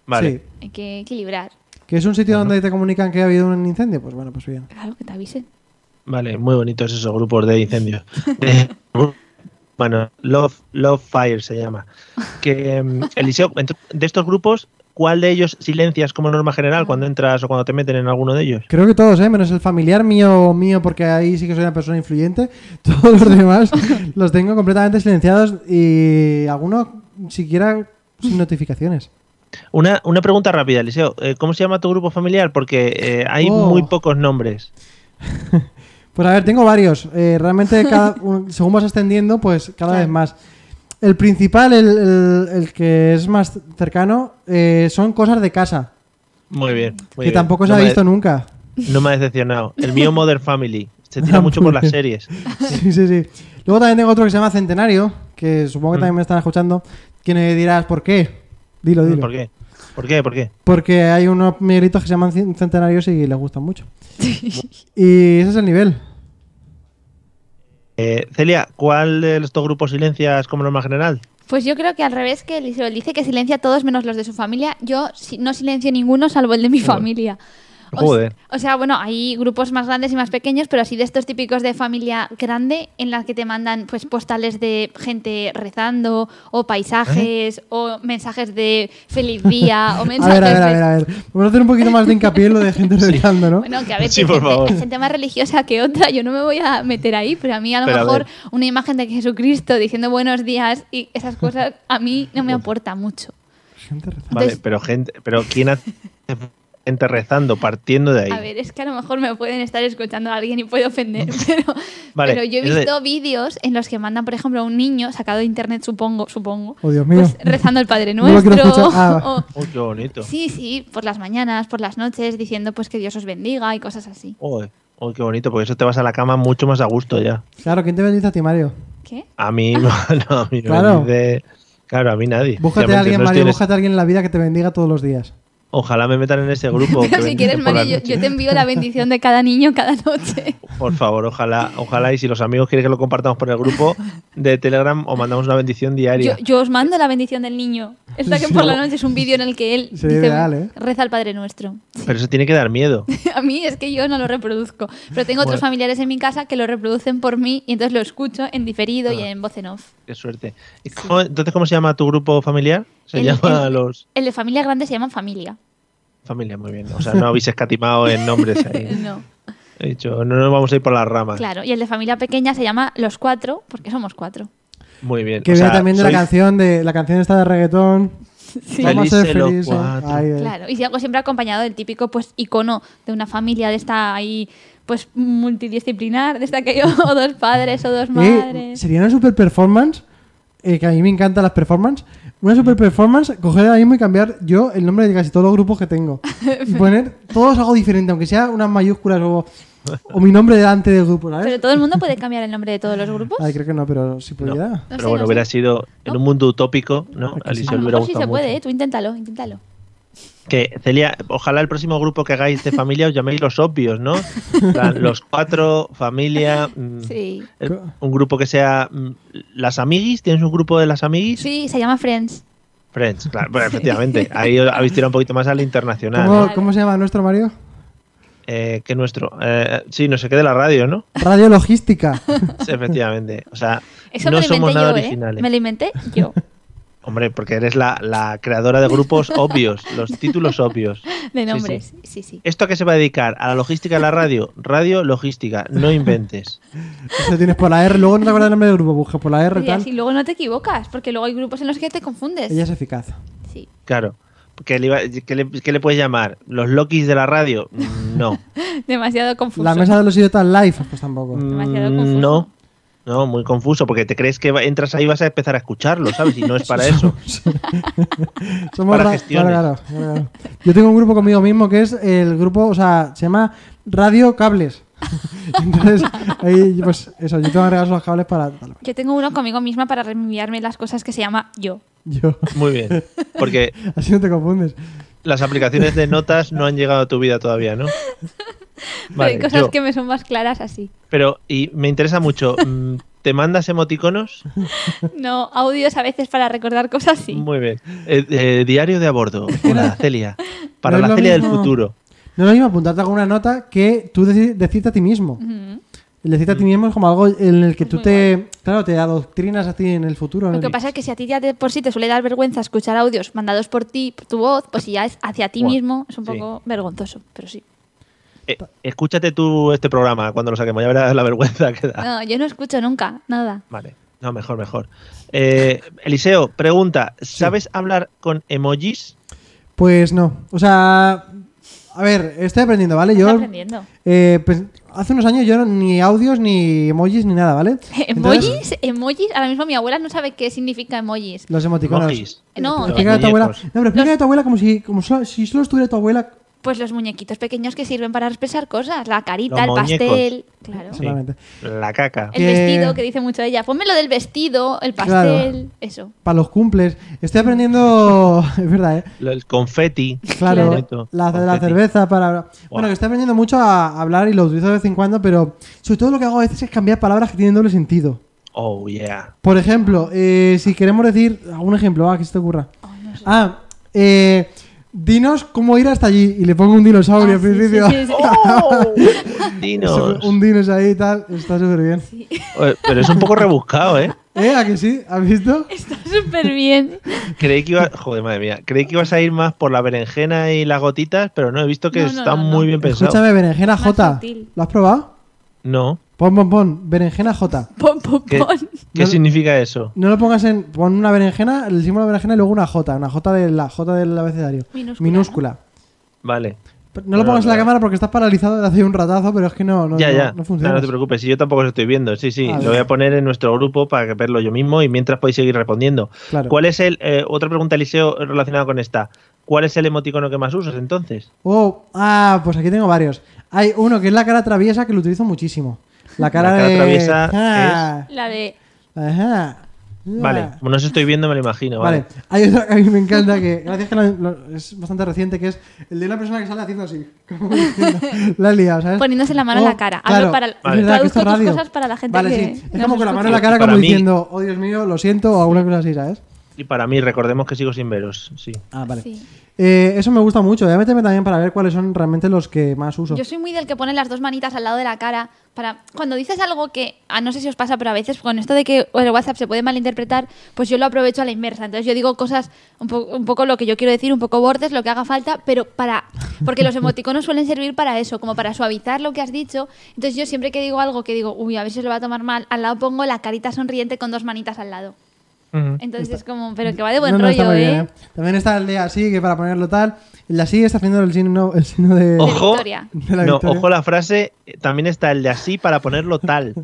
Vale.
Hay que equilibrar.
Sí. Que es un sitio donde te comunican que ha habido un incendio. Pues bueno, pues bien.
Claro, que te avisen.
Vale, muy bonitos esos grupos de incendios. Eh, bueno, Love, Love Fire se llama. Que, mm, Eliseo, ento- de estos grupos, ¿cuál de ellos silencias como norma general cuando entras o cuando te meten en alguno de ellos?
Creo que todos, ¿eh? menos el familiar mío, mío, porque ahí sí que soy una persona influyente. (laughs) Todos los
(laughs)
demás los tengo completamente silenciados y algunos siquiera sin notificaciones.
Una, una pregunta rápida, Eliseo. eh, ¿Cómo se llama tu grupo familiar? Porque eh, hay
Oh.
muy pocos nombres.
Pues a ver, tengo varios. Eh,
(laughs)
realmente, cada, un- según vas extendiendo, pues cada
Claro.
vez más. El principal, el, el- el que es más cercano, eh, son cosas de casa,
Muy bien. muy
que
bien.
tampoco se
No
ha
me-
visto
(laughs)
nunca.
No me ha decepcionado. El mío Mother Family.
(laughs)
Se tira mucho por las series.
Sí, sí, sí. Luego también tengo otro que se llama Centenario, que supongo
Mm.
que también me están escuchando. Que me dirás por qué. Dilo, dilo.
Mm, ¿Por qué? ¿Por qué? ¿Por qué?
Porque hay unos miguelitos que se llaman cien- centenarios y les gustan mucho. y ese es el nivel.
Eh, Celia, ¿cuál de estos grupos silencias como norma general?
(laughs) Pues yo creo que al revés que Eliseo él dice que silencia a todos menos los de su familia, yo si- no silencio ninguno salvo el de mi familia. O s-
Joder.
O, sea, bueno, hay grupos más grandes y más pequeños, pero así de estos típicos de familia grande en las que te mandan pues postales de gente rezando o paisajes o mensajes de feliz día
¿Eh? (laughs)
o
A
mensajes
ver, a ver, a
de-
ver, a ver. Vamos a hacer un poquito
(laughs)
más de hincapié en lo de gente rezando, ¿no?
Bueno, que a
(laughs)
veces
Sí, por
hay, gente,
favor.
hay gente más religiosa que otra, yo no me voy a meter ahí, pero a mí a lo
Pero a
mejor
ver.
una imagen de Jesucristo diciendo buenos días y esas cosas a mí no me aporta mucho.
Gente rezando.
Vale,
Entonces-
pero gente, pero ¿quién hace gente rezando, partiendo de ahí?
A ver, es que a lo mejor me pueden estar escuchando a alguien y puede ofender, (laughs) pero,
Vale,
pero yo he
es de-
visto vídeos en los que mandan, por ejemplo, a un niño sacado de internet, supongo, supongo,
Oh, Dios mío.
pues rezando
(laughs)
el Padre
No lo quiero
Nuestro. (laughs)
escuchar. Ah.
o-
Uy, Oh, qué bonito.
sí, sí, por las mañanas, por las noches, diciendo pues que Dios os bendiga y cosas así.
Uy, uy, oh, qué bonito, porque eso te vas a la cama mucho más a gusto ya.
Claro, ¿quién te bendice a ti, Mario?
¿Qué?
A mí, no,
Ah.
(laughs) a mí no me
Claro.
dice- claro, a mí nadie.
Búscate a
Obviamente,
alguien, Mario,
no estoy en ese-
búscate a alguien en la vida que te bendiga todos los días.
Ojalá me metan en ese
(laughs)
grupo. que
si
bendice
quieres,
por la
Mario, yo,
noche.
yo te envío la bendición de cada niño cada noche.
Por favor, ojalá, ojalá. Y si los amigos quieren que lo compartamos por el grupo de Telegram o mandamos una bendición
Yo,
diaria.
yo os mando la bendición del niño. Esta que por la noche es un vídeo en el que él
Sería ideal, ¿eh?
reza al Padre Nuestro. (laughs)
Pero eso tiene que dar miedo.
A mí es que yo no lo reproduzco, pero tengo otros
Bueno.
familiares en mi casa que lo reproducen por mí y entonces lo escucho en diferido y
Ah.
en voz en off.
Qué suerte. ¿Y cómo- entonces, ¿cómo se llama tu grupo familiar? Se
El-
llama
el-
los.
El de familia grande se llama familia.
Familia, muy bien. O sea, no habéis escatimado en nombres ahí.
No,
He dicho, no nos vamos a ir por las ramas.
claro. Y el de familia pequeña se llama los cuatro porque somos cuatro.
Muy bien.
Que
o
viene
sea,
también de la
sois-
canción de la canción esta de reggaetón.
Sí.
Vamos a ser
Felices los
felices.
cuatro.
Ahí, ahí.
Claro, y algo siempre acompañado del típico pues icono de una familia de esta ahí pues multidisciplinar, de esta que yo (laughs) o dos padres o dos
Eh,
madres.
sería una super performance, eh, que a mí me encantan las performances. Una super performance, coger ahora mismo y cambiar yo el nombre de casi todos los grupos que tengo.
(laughs)
Y poner todos algo diferente, aunque sea unas mayúsculas o, o mi nombre delante del grupo, ¿sabes?
Pero todo el mundo puede cambiar el nombre de todos los grupos.
Ay, creo que no, pero si
No,
pudiera.
No
pero
sé,
bueno,
no sé.
hubiera sido en un mundo utópico, ¿no?
Aquí
A Alicia
Ah, sí.
a
le
lo
hubiera
mejor sí
gustado
se puede,
mucho.
¿eh? tú inténtalo, inténtalo.
Que Celia, ojalá el próximo grupo que hagáis de familia os llaméis los obvios, ¿no? En plan, los cuatro, familia. mm,
Sí.
eh, Un grupo que sea mm, las amiguis, ¿tienes un grupo de las amiguis?
Sí, se llama Friends.
Friends, claro, bueno,
(laughs)
efectivamente. Ahí os habéis tirado un poquito más al internacional,
¿Cómo,
¿no?
Claro.
cómo se llama nuestro Mario?
Eh, que nuestro. Eh, sí, no sé qué de la radio, ¿no?
Radio
(laughs)
Logística.
Sí, efectivamente. O sea,
Eso
no
me lo
somos
inventé
nada
yo, ¿eh?
originales.
Me lo inventé
(laughs)
yo.
Hombre, porque eres la, la creadora de
(laughs)
grupos obvios, los títulos obvios.
De
Sí,
nombres.
sí.
Sí, sí.
¿Esto a qué se va a dedicar? A la logística de la radio. Radio, logística. No inventes.
Eso tienes por la R, luego no te acuerdas el nombre del grupo, busca por la R
Y
tal.
así luego no te equivocas, porque luego hay grupos en los que te confundes.
Ella es eficaz.
Sí. (laughs)
Claro. ¿Qué le, iba- qué le- qué le puedes llamar? ¿Los Lokis de la radio? Mm,
(laughs)
No.
Demasiado confuso.
La mesa de los idiotas live, pues tampoco.
Demasiado
Mm,
confuso.
No. No, muy confuso, porque te crees que va- entras ahí y vas a empezar a escucharlo, ¿sabes? Y no es
(laughs)
para eso.
Somos
Para
ra-
gestiones.
claro, claro, claro. Yo tengo un grupo conmigo mismo que es el grupo, o sea, se llama Radio Cables. (laughs) Entonces, ahí, pues eso, yo tengo agregados los cables para. para-
Yo tengo uno conmigo misma para reenviarme las cosas que se llama yo.
Yo, (laughs)
Muy bien. Porque
así no te confundes.
las aplicaciones de notas no han llegado a tu vida todavía, ¿no? (laughs)
Hay cosas
yo.
que me son más claras así.
Pero, y me
(laughs)
interesa mucho, mm, ¿te mandas emoticonos?
No, audios a veces para recordar cosas sí.
Muy bien. Eh, eh, diario de a
(laughs)
bordo, para Celia.
No
Para
es
la
lo
Celia del
mismo.
futuro.
No es lo mismo apuntarte con una nota que tú deci- decirte a ti mismo.
Ujú.
El decirte
Mm.
a ti mismo es como algo en el que
Es
tú
muy
te. Claro, te adoctrinas a ti en el futuro.
Lo
¿no?
que pasa es que si a ti ya de por sí te suele dar vergüenza escuchar audios mandados por ti, por tu voz, pues si ya es hacia ti
Buah,
mismo, es un
sí.
poco vergonzoso, pero sí.
Eh, escúchate tú este programa cuando lo saquemos, ya verás la vergüenza que da.
No, yo no escucho nunca, nada.
Vale. No, mejor, mejor. Eh, Eliseo, pregunta, ¿sabes hablar con emojis?
Pues no. O sea. A ver, estoy aprendiendo, ¿vale? Yo.
Estás aprendiendo.
Eh, pues, hace unos años yo no- ni audios, ni emojis, ni nada,
(laughs)
¿vale?
¿Emojis?
Entonces,
¿Emojis? Ahora mismo mi abuela no sabe qué significa emojis.
los emoticonos.
Emojis.
No,
Explícale a tu abuela.
Muñecos.
No, pero explícale a tu abuela como si, como solo, si solo estuviera tu abuela.
Pues los muñequitos pequeños que sirven para expresar cosas. La carita, el
Los muñecos.
pastel. Claro.
Sí. Eh.
Solamente.
La caca.
El
Que-
vestido, que dice mucho ella. Ponme lo del vestido, el pastel, eso.
Para los cumples. Estoy aprendiendo. (laughs) es verdad, ¿eh?
Lo- El confeti.
Claro.
Bonito.
La, la
Confeti.
cerveza para. Bueno,
Guau.
que estoy aprendiendo mucho a hablar y lo utilizo de vez en cuando, pero sobre todo lo que hago a veces es cambiar palabras que tienen doble sentido.
Oh,
(laughs)
yeah.
Por ejemplo, eh, si queremos decir. Algún ejemplo, ah, que se te ocurra. Ah, eh. Dinos cómo ir hasta allí. Y le pongo un dinosaurio
Ah,
al
sí, sí,
principio. (laughs)
(laughs) sí, sí. Oh.
Dinos.
Un dinos ahí y tal. Está súper bien.
Eh, Pero es un poco rebuscado, ¿eh?
¿Eh? ¿A que sí? ¿Has visto?
Está súper bien.
Creí que iba, joder, madre mía, creí que ibas a ir más por la berenjena y las gotitas, pero no, he visto que
No, no,
está
no, no.
muy bien pensado.
Escúchame, berenjena
Más
J.
sutil.
¿Lo has probado?
No,
Pon, pon, pon. Berenjena J.
Pon, pon,
¿qué,
pon.
qué
No-
significa eso?
No lo pongas en. Pon una berenjena, el símbolo de berenjena y luego una J. Una J de la J del abecedario.
Minúscula,
Vale,
Pero No lo
Pero
pongas en la
no.
cámara porque estás paralizado desde hace un ratazo, pero es que no, no,
ya,
no-
ya,
no funciona.
No, no te preocupes, si yo tampoco lo estoy viendo, sí, sí,
Ah,
lo
vale.
voy a poner en nuestro grupo para que verlo yo mismo y mientras podéis seguir respondiendo.
Claro.
¿Cuál es el, eh, otra pregunta, Eliseo, relacionada con esta? ¿Cuál es el emoticono que más usas entonces?
Oh, ah, pues aquí tengo varios. Hay uno que es la cara traviesa que lo utilizo muchísimo. La cara,
cara
de.
traviesa
Ah,
La de.
Ajá.
Vale,
Ah.
no os estoy viendo, me lo imagino. Vale.
Vale, hay otra que a mí me encanta que, gracias que la- lo- es bastante reciente, que es el de una persona que sale haciendo así. (laughs) Como diciendo, la he liado, ¿sabes? Oh,
Poniéndose la mano en la cara. Hablo para-
es verdad que
traduzco
esto es
tus
radio.
cosas para la gente
Vale,
que
sí. Es
nos
como con la mano en la
escucha.
cara,
Para
como
mí-
diciendo, oh Dios mío, lo siento, o alguna cosa así, ¿sabes?
Y para mí, recordemos que sigo sin veros. Sí.
Ah, vale.
Sí.
Eh, eso me gusta mucho. Voy a meterme también para ver cuáles son realmente los que más uso.
Yo soy muy del que pone las dos manitas al lado de la cara para cuando dices algo que ah, no sé si os pasa, pero a veces con esto de que el WhatsApp se puede malinterpretar, pues yo lo aprovecho a la inversa. Entonces yo digo cosas un, po- un poco lo que yo quiero decir, un poco bordes, lo que haga falta, pero para porque los emoticonos suelen servir para eso, como para suavizar lo que has dicho. Entonces yo siempre que digo algo que digo, uy, a ver si se lo va a tomar mal, al lado pongo la carita sonriente con dos manitas al lado.
Ujú.
Entonces es como, pero que va de buen
No, no, está
rollo,
muy
¿eh?
bien, También está el de así, que para ponerlo tal. El de así está haciendo el signo, el signo de.
Ojo,
victoria.
De la
no,
victoria.
ojo la frase, eh, también está el de así para
(laughs)
ponerlo tal.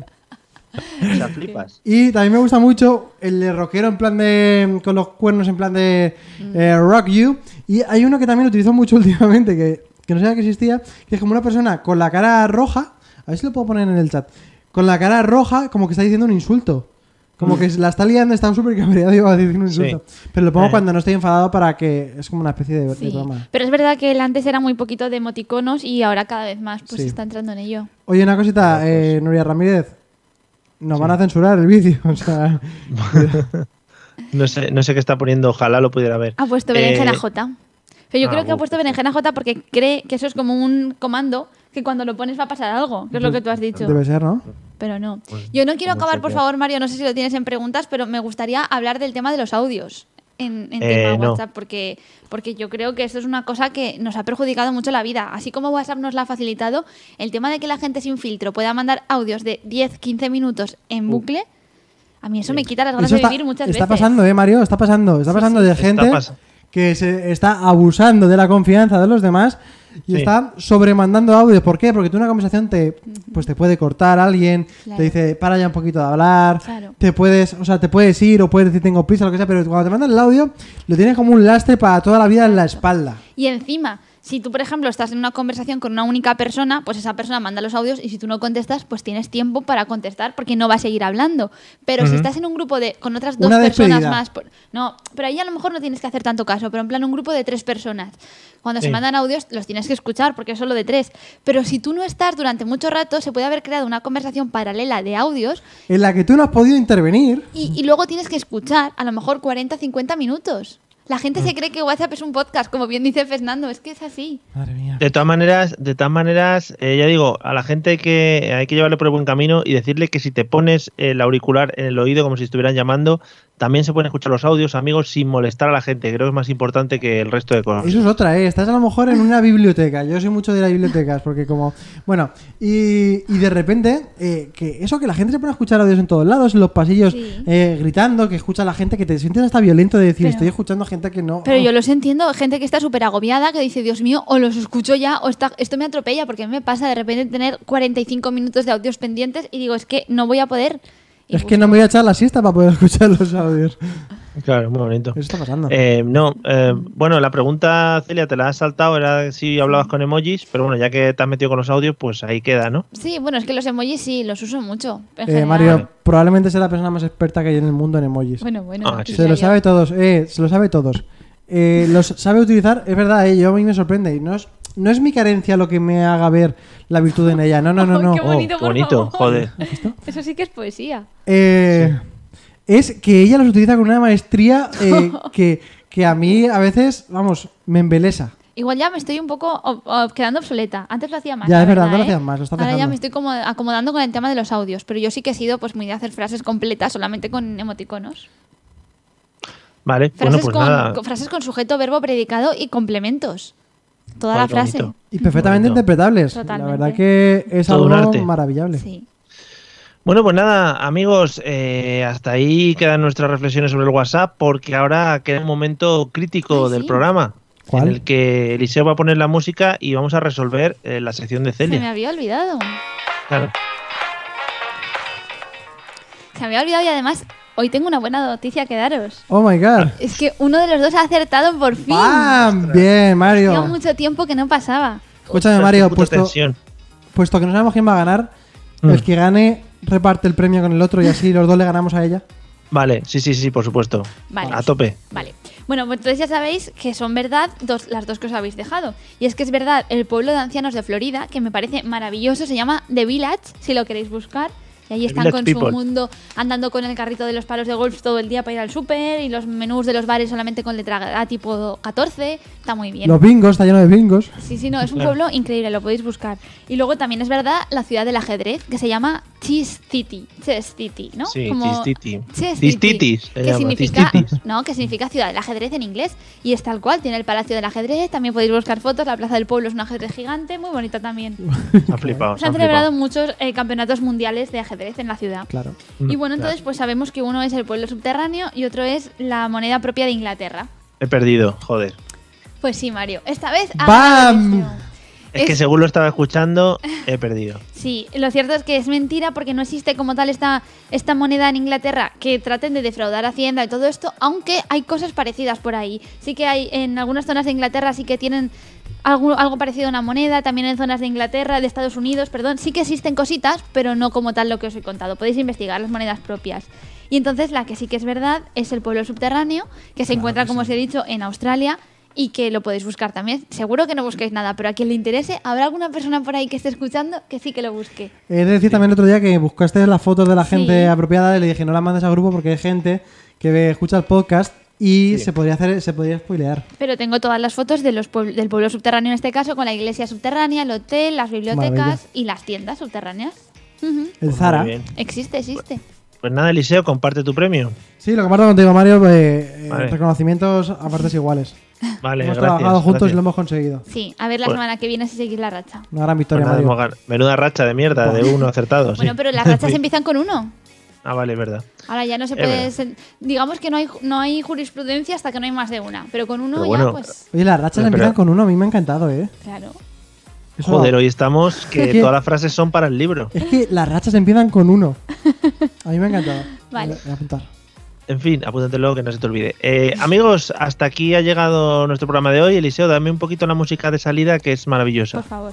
O sea, flipas.
Y también me gusta mucho el de rockero en plan de. con los cuernos en plan de.
Mm.
eh, rock You. Y hay uno que también utilizo mucho (laughs) últimamente, que, que no sabía que existía, que es como una persona con la cara roja. A ver si lo puedo poner en el chat. Con la cara roja, como que está diciendo un insulto. Como que la está liando, está súper cabreado y va a decir un insulto. Pero lo pongo
Eh.
cuando no estoy enfadado para que. es como una especie de, de
Sí.
broma.
Pero es verdad que el antes era muy poquito de emoticonos y ahora cada vez más pues
Sí.
está entrando en ello.
Oye, una cosita, eh, Nuria Ramírez. Nos van a censurar el vídeo. (laughs) O sea,
No sé, no sé qué está poniendo, ojalá lo pudiera ver.
Ha puesto
Eh,
berenjena J. Pero yo
ah,
creo que ha
uh,
puesto berenjena J porque cree que eso es como un comando que cuando lo pones va a pasar algo, que es lo que tú has dicho.
debe ser, ¿no?
Pero no.
Pues,
Yo no quiero
no sé
acabar, por
qué.
favor, Mario, no sé si lo tienes en preguntas, pero me gustaría hablar del tema de los audios en, en
Eh,
tema
no.
WhatsApp, porque, porque yo creo que esto es una cosa que nos ha perjudicado mucho la vida. Así como WhatsApp nos la ha facilitado, el tema de que la gente sin filtro pueda mandar audios de 10, 15 minutos en bucle, a mí eso me quita las ganas
Uh. Eh, Eso
de
está,
vivir muchas
está
veces.
pasando, ¿eh, Mario? Está pasando. Está pasando de gente
Está pas-
que se está abusando de la confianza de los demás y
Sí.
está sobremandando audios. ¿Por qué? Porque tú en una conversación te, pues te puede cortar alguien,
Claro.
te dice, para ya un poquito de hablar,
Claro.
te puedes, o sea, te puedes ir o puedes decir tengo prisa, lo que sea, pero cuando te mandan el audio lo tienes como un lastre para toda la vida en la espalda.
Y encima, si tú, por ejemplo, estás en una conversación con una única persona, pues esa persona manda los audios y si tú no contestas, pues tienes tiempo para contestar porque no va a seguir hablando. Pero si estás en un grupo de con otras dos
Una
personas
despedida.
más, por- no, pero ahí a lo mejor no tienes que hacer tanto caso, pero en plan un grupo de tres personas. Cuando se
Sí.
mandan audios los tienes que escuchar porque es solo de tres. Pero si tú no estás durante mucho rato, se puede haber creado una conversación paralela de audios
En la que tú no has podido intervenir.
y, y luego tienes que escuchar a lo mejor 40, 50 minutos. La gente
Mm.
se cree que WhatsApp es un podcast, como bien dice Fernando, es que es así.
Madre mía.
De todas maneras, de todas maneras, eh, ya digo, a la gente hay que hay que llevarle por el buen camino y decirle que si te pones el auricular en el oído como si estuvieran llamando, también se pueden escuchar los audios, amigos, sin molestar a la gente. Creo que es más importante que el resto de cosas.
Eso es otra, ¿eh? Estás a lo mejor en una biblioteca. Yo soy mucho de ir a bibliotecas porque como... Bueno, y, y de repente, eh, que eso que la gente se pone a escuchar audios en todos lados, en los pasillos,
Sí.
eh, gritando, que escucha a la gente, que te sientes hasta violento de decir,
Pero-
estoy escuchando a gente que no...
Pero yo los entiendo, gente que está súper agobiada, que dice, Dios mío, o los escucho ya, o está, esto me atropella, porque a mí me pasa de repente tener 45 minutos de audios pendientes y digo, es que no voy a poder. Y pues,
Es que
busco-
no me voy a echar la siesta para poder (laughs) escuchar los audios.
Claro, muy bonito.
Eso está pasando.
Eh, no, eh, bueno, la pregunta, Celia, te la has saltado, era si hablabas con emojis, pero bueno, ya que te has metido con los audios, pues ahí queda, ¿no?
Sí, bueno, es que los emojis sí, los uso mucho. en
Eh,
general.
Mario, probablemente sea la persona más experta que hay en el mundo en emojis.
Bueno, bueno.
Ah,
no,
sí.
Se lo
ya-
sabe todos, eh, se lo sabe todos. Eh, los sabe utilizar, es verdad, eh, yo a mí me sorprende. Y no es, no es mi carencia lo que me haga ver la virtud en ella. No, no,
(laughs)
no, no.
Qué bonito, por
Oh, bonito,
favor.
joder.
Eso sí que es poesía.
Eh, Es que ella los utiliza con una maestría
(laughs)
eh, que, que a mí a veces, vamos, me embelesa.
Igual ya me estoy un poco ob- ob- quedando obsoleta. Antes lo hacía más.
Ya,
la
es verdad, antes lo
¿eh?
hacías más, lo estás
Ahora ya
dejando.
me estoy como acomodando con el tema de los audios, pero yo sí que he sido pues muy de hacer frases completas solamente con emoticonos.
Vale, bueno,
Frases,
pues
con,
nada.
con- frases con sujeto, verbo, predicado y complementos. Toda la
Joder, qué
frase.
bonito.
Y perfectamente
Bonito.
interpretables.
Totalmente.
La verdad que es
Todo un
algo
arte.
maravillable.
Sí.
Bueno, pues nada, amigos, eh, hasta ahí quedan nuestras reflexiones sobre el WhatsApp, porque ahora queda un momento crítico
Ay,
del
sí.
programa,
¿Cuál?
en el que Eliseo va a poner la música y vamos a resolver eh, la sección de
Se me
Celia.
había olvidado.
Claro.
Se me había olvidado y además hoy tengo una buena noticia que daros.
Oh my god.
Es que uno de los dos ha acertado por fin.
¡Bam! Bien,
Hacía
Mario.
mucho tiempo que no pasaba.
Escúchame,
Ostras,
Mario,
qué puta
puesto,
tensión.
puesto que no sabemos quién va a ganar,
Mm.
el que gane reparte el premio con el otro y así los dos le ganamos a ella.
Vale, sí, sí, sí, por supuesto.
Vale.
A tope.
Vale. Bueno, pues entonces ya sabéis que son verdad dos, las dos que os habéis dejado. Y es que es verdad el pueblo de ancianos de Florida, que me parece maravilloso, se llama The Village, si lo queréis buscar. Y ahí
The
están
Village
con
People.
su mundo andando con el carrito de los palos de golf todo el día para ir al súper y los menús de los bares solamente con letra A tipo 14. Está muy bien.
Los bingos, está lleno de bingos.
Sí, sí, no, es un
Claro.
pueblo increíble, lo podéis buscar. Y luego también es verdad la ciudad del ajedrez, que se llama Cheese City. Cheese City, ¿no?
Sí,
Como-
Tistiti.
Chess City,
Tistitis. se
que
llama,
significa, (laughs)
Tistitis.
no, que significa ciudad del ajedrez en inglés. Y es tal cual, tiene el Palacio del Ajedrez, también podéis buscar fotos, la Plaza del Pueblo es un ajedrez gigante, muy bonita también.
Se han flipado.
Se han celebrado muchos eh, campeonatos mundiales de ajedrez en la ciudad.
Claro.
Mm.
Y bueno, entonces pues sabemos que uno es el pueblo subterráneo y otro es la moneda propia de Inglaterra.
He perdido, joder.
Pues sí, Mario, esta vez... ha
¡Bam!
ganado Cristiano.
Es, que según lo estaba escuchando, he perdido.
Sí, lo cierto es que es mentira porque no existe como tal esta, esta moneda en Inglaterra que traten de defraudar a Hacienda y todo esto, aunque hay cosas parecidas por ahí. Sí que hay en algunas zonas de Inglaterra sí que tienen algo, algo parecido a una moneda, también en zonas de Inglaterra, de Estados Unidos, perdón, sí que existen cositas, pero no como tal lo que os he contado. Podéis investigar las monedas propias. Y entonces la que sí que es verdad es el pueblo subterráneo, que se encuentra, como os he dicho, en Australia y que lo podéis buscar también. Seguro que no busquéis nada, pero a quien le interese, habrá alguna persona por ahí que esté escuchando que sí que lo busque.
He de decir también el otro día que buscaste las fotos de la
Sí.
gente apropiada y le dije no la mandes al grupo porque hay gente que ve- escucha el podcast y
Sí.
se podría hacer, se podría spoilear.
Pero tengo todas las fotos de los puebl- del pueblo subterráneo en este caso, con la iglesia subterránea, el hotel, las bibliotecas
Maravilla.
y las tiendas subterráneas. Ujú.
El
Pues
Zara.
muy bien.
Existe, existe.
Pues nada, Eliseo, comparte tu premio.
Sí, lo comparto contigo, Mario. eh, eh,
Vale.
Reconocimientos a partes iguales.
Vale,
hemos
gracias.
trabajado juntos y
gracias.
lo hemos conseguido.
Sí, a ver la
Pues-
semana que viene si seguís la racha.
Una gran
Pues
victoria,
nada, hemos
Mario.
ganado. Menuda racha de mierda, de uno acertado. Pues sí.
Bueno, pero las
(laughs)
rachas empiezan con uno.
Ah, vale, es verdad.
Ahora ya no se
Es
puede...
verdad.
sen- Digamos que no hay, no hay jurisprudencia hasta que no hay más de una. Pero con uno
Pero
ya,
bueno,
pues...
Oye, las rachas
Pero-
empiezan con uno, a mí me ha encantado, ¿eh?
Claro.
Eso-
Joder,
(laughs)
hoy estamos que
¿Qué?
todas las frases son para el libro.
Es que las rachas empiezan con uno. A mí me ha encantado.
Vale.
Voy a apuntar.
En fin, apúntatelo que no se te olvide. Eh, amigos, hasta aquí ha llegado nuestro programa de hoy. Eliseo, dame un poquito la música de salida que es maravillosa.
Por favor.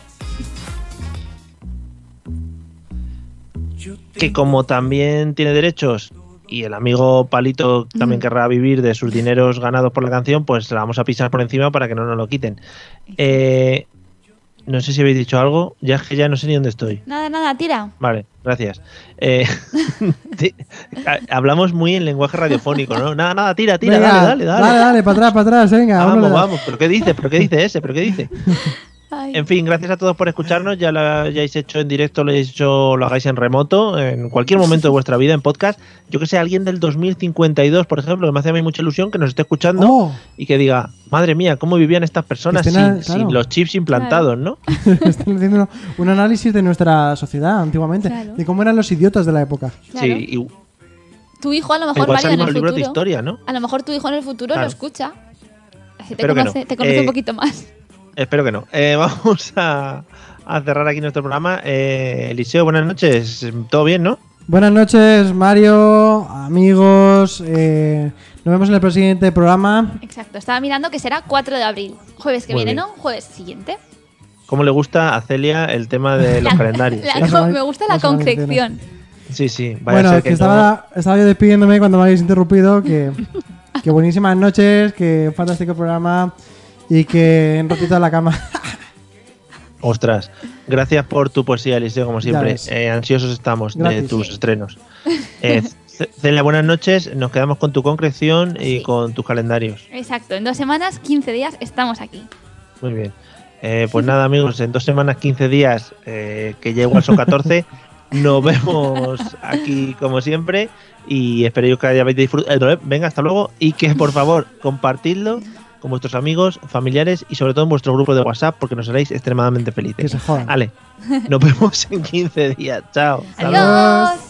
Que como también tiene derechos y el amigo Palito también querrá vivir de sus dineros ganados por la canción, pues la vamos a pisar por encima para que no nos lo quiten. Eh, no sé si habéis dicho algo, ya es que ya no sé ni dónde estoy.
Nada, nada, tira.
Vale, gracias. Eh, (laughs) sí, ha- hablamos muy en lenguaje radiofónico, ¿no? Nada, nada, tira, tira,
Venga,
dale, dale, dale.
Dale, dale, para atrás, para atrás, venga. uno
Vamos,
le da.
vamos, pero ¿qué dice? ¿Pero qué dice ese? ¿Pero qué dice?
Ay.
En fin, gracias a todos por escucharnos. Ya lo hayáis hecho en directo, lo hayáis hecho, lo hagáis en remoto, en cualquier momento de vuestra vida, en podcast. Yo que sé, alguien del 2052, por ejemplo, que me hace a mí mucha ilusión, que nos esté escuchando
Oh, (laughs)
y que diga, madre mía, cómo vivían estas personas sin,
Cristina, claro.
sin los chips implantados, ¿no?
están haciendo un análisis de nuestra sociedad antiguamente,
Claro.
de cómo eran los idiotas de la época.
Claro.
Sí, y-
Tu hijo a lo mejor,
igual
Mario, en
salimos
el
libros de
futuro...
historia, ¿no?
A lo mejor tu hijo en el futuro
Claro.
lo escucha. Así te
Espero que no.
conoce, te conoce un
Eh,
poquito más. (laughs)
Espero que no. (laughs) Eh, vamos a, a cerrar aquí nuestro programa. Eh, Eliseo, buenas noches. ¿Todo bien, no?
Buenas noches, Mario, amigos. eh, nos vemos en el siguiente programa.
Exacto, estaba mirando que será 4 de abril. Jueves que
Muy
viene,
bien.
¿no? Jueves siguiente.
¿Cómo le gusta a Celia el tema de
(laughs)
los calendarios?
La
La
co-
semana-
me gusta
la
la
semana que
concreción.
Sí, sí. Vaya a
bueno,
ser
que, estaba, estaba yo despidiéndome cuando me habéis interrumpido.
(laughs)
Que, que buenísimas noches, que fantástico programa y que en ratito a la cama. (laughs)
no- Ostras. Gracias por tu poesía, Eliseo, como siempre.
ves.
Eh, ansiosos estamos de
Gratis.
tus estrenos.
(laughs)
Eh, Ce- Celia, buenas noches. Nos quedamos con tu concreción y
Sí.
con tus calendarios.
Exacto, en dos semanas, 15 días, estamos aquí.
Muy bien. Eh, pues nada, amigos, en dos semanas, 15 días, eh, que ya igual son 14, nos vemos aquí como siempre y espero que hayáis disfrutado. eh, Venga, hasta luego y que por favor compartidlo con vuestros amigos, familiares y sobre todo en vuestro grupo de WhatsApp porque nos haréis extremadamente
Que
felices.
se jodan.
Ale, nos vemos en 15 días. Chao. Hasta luego.
luego.
Adiós.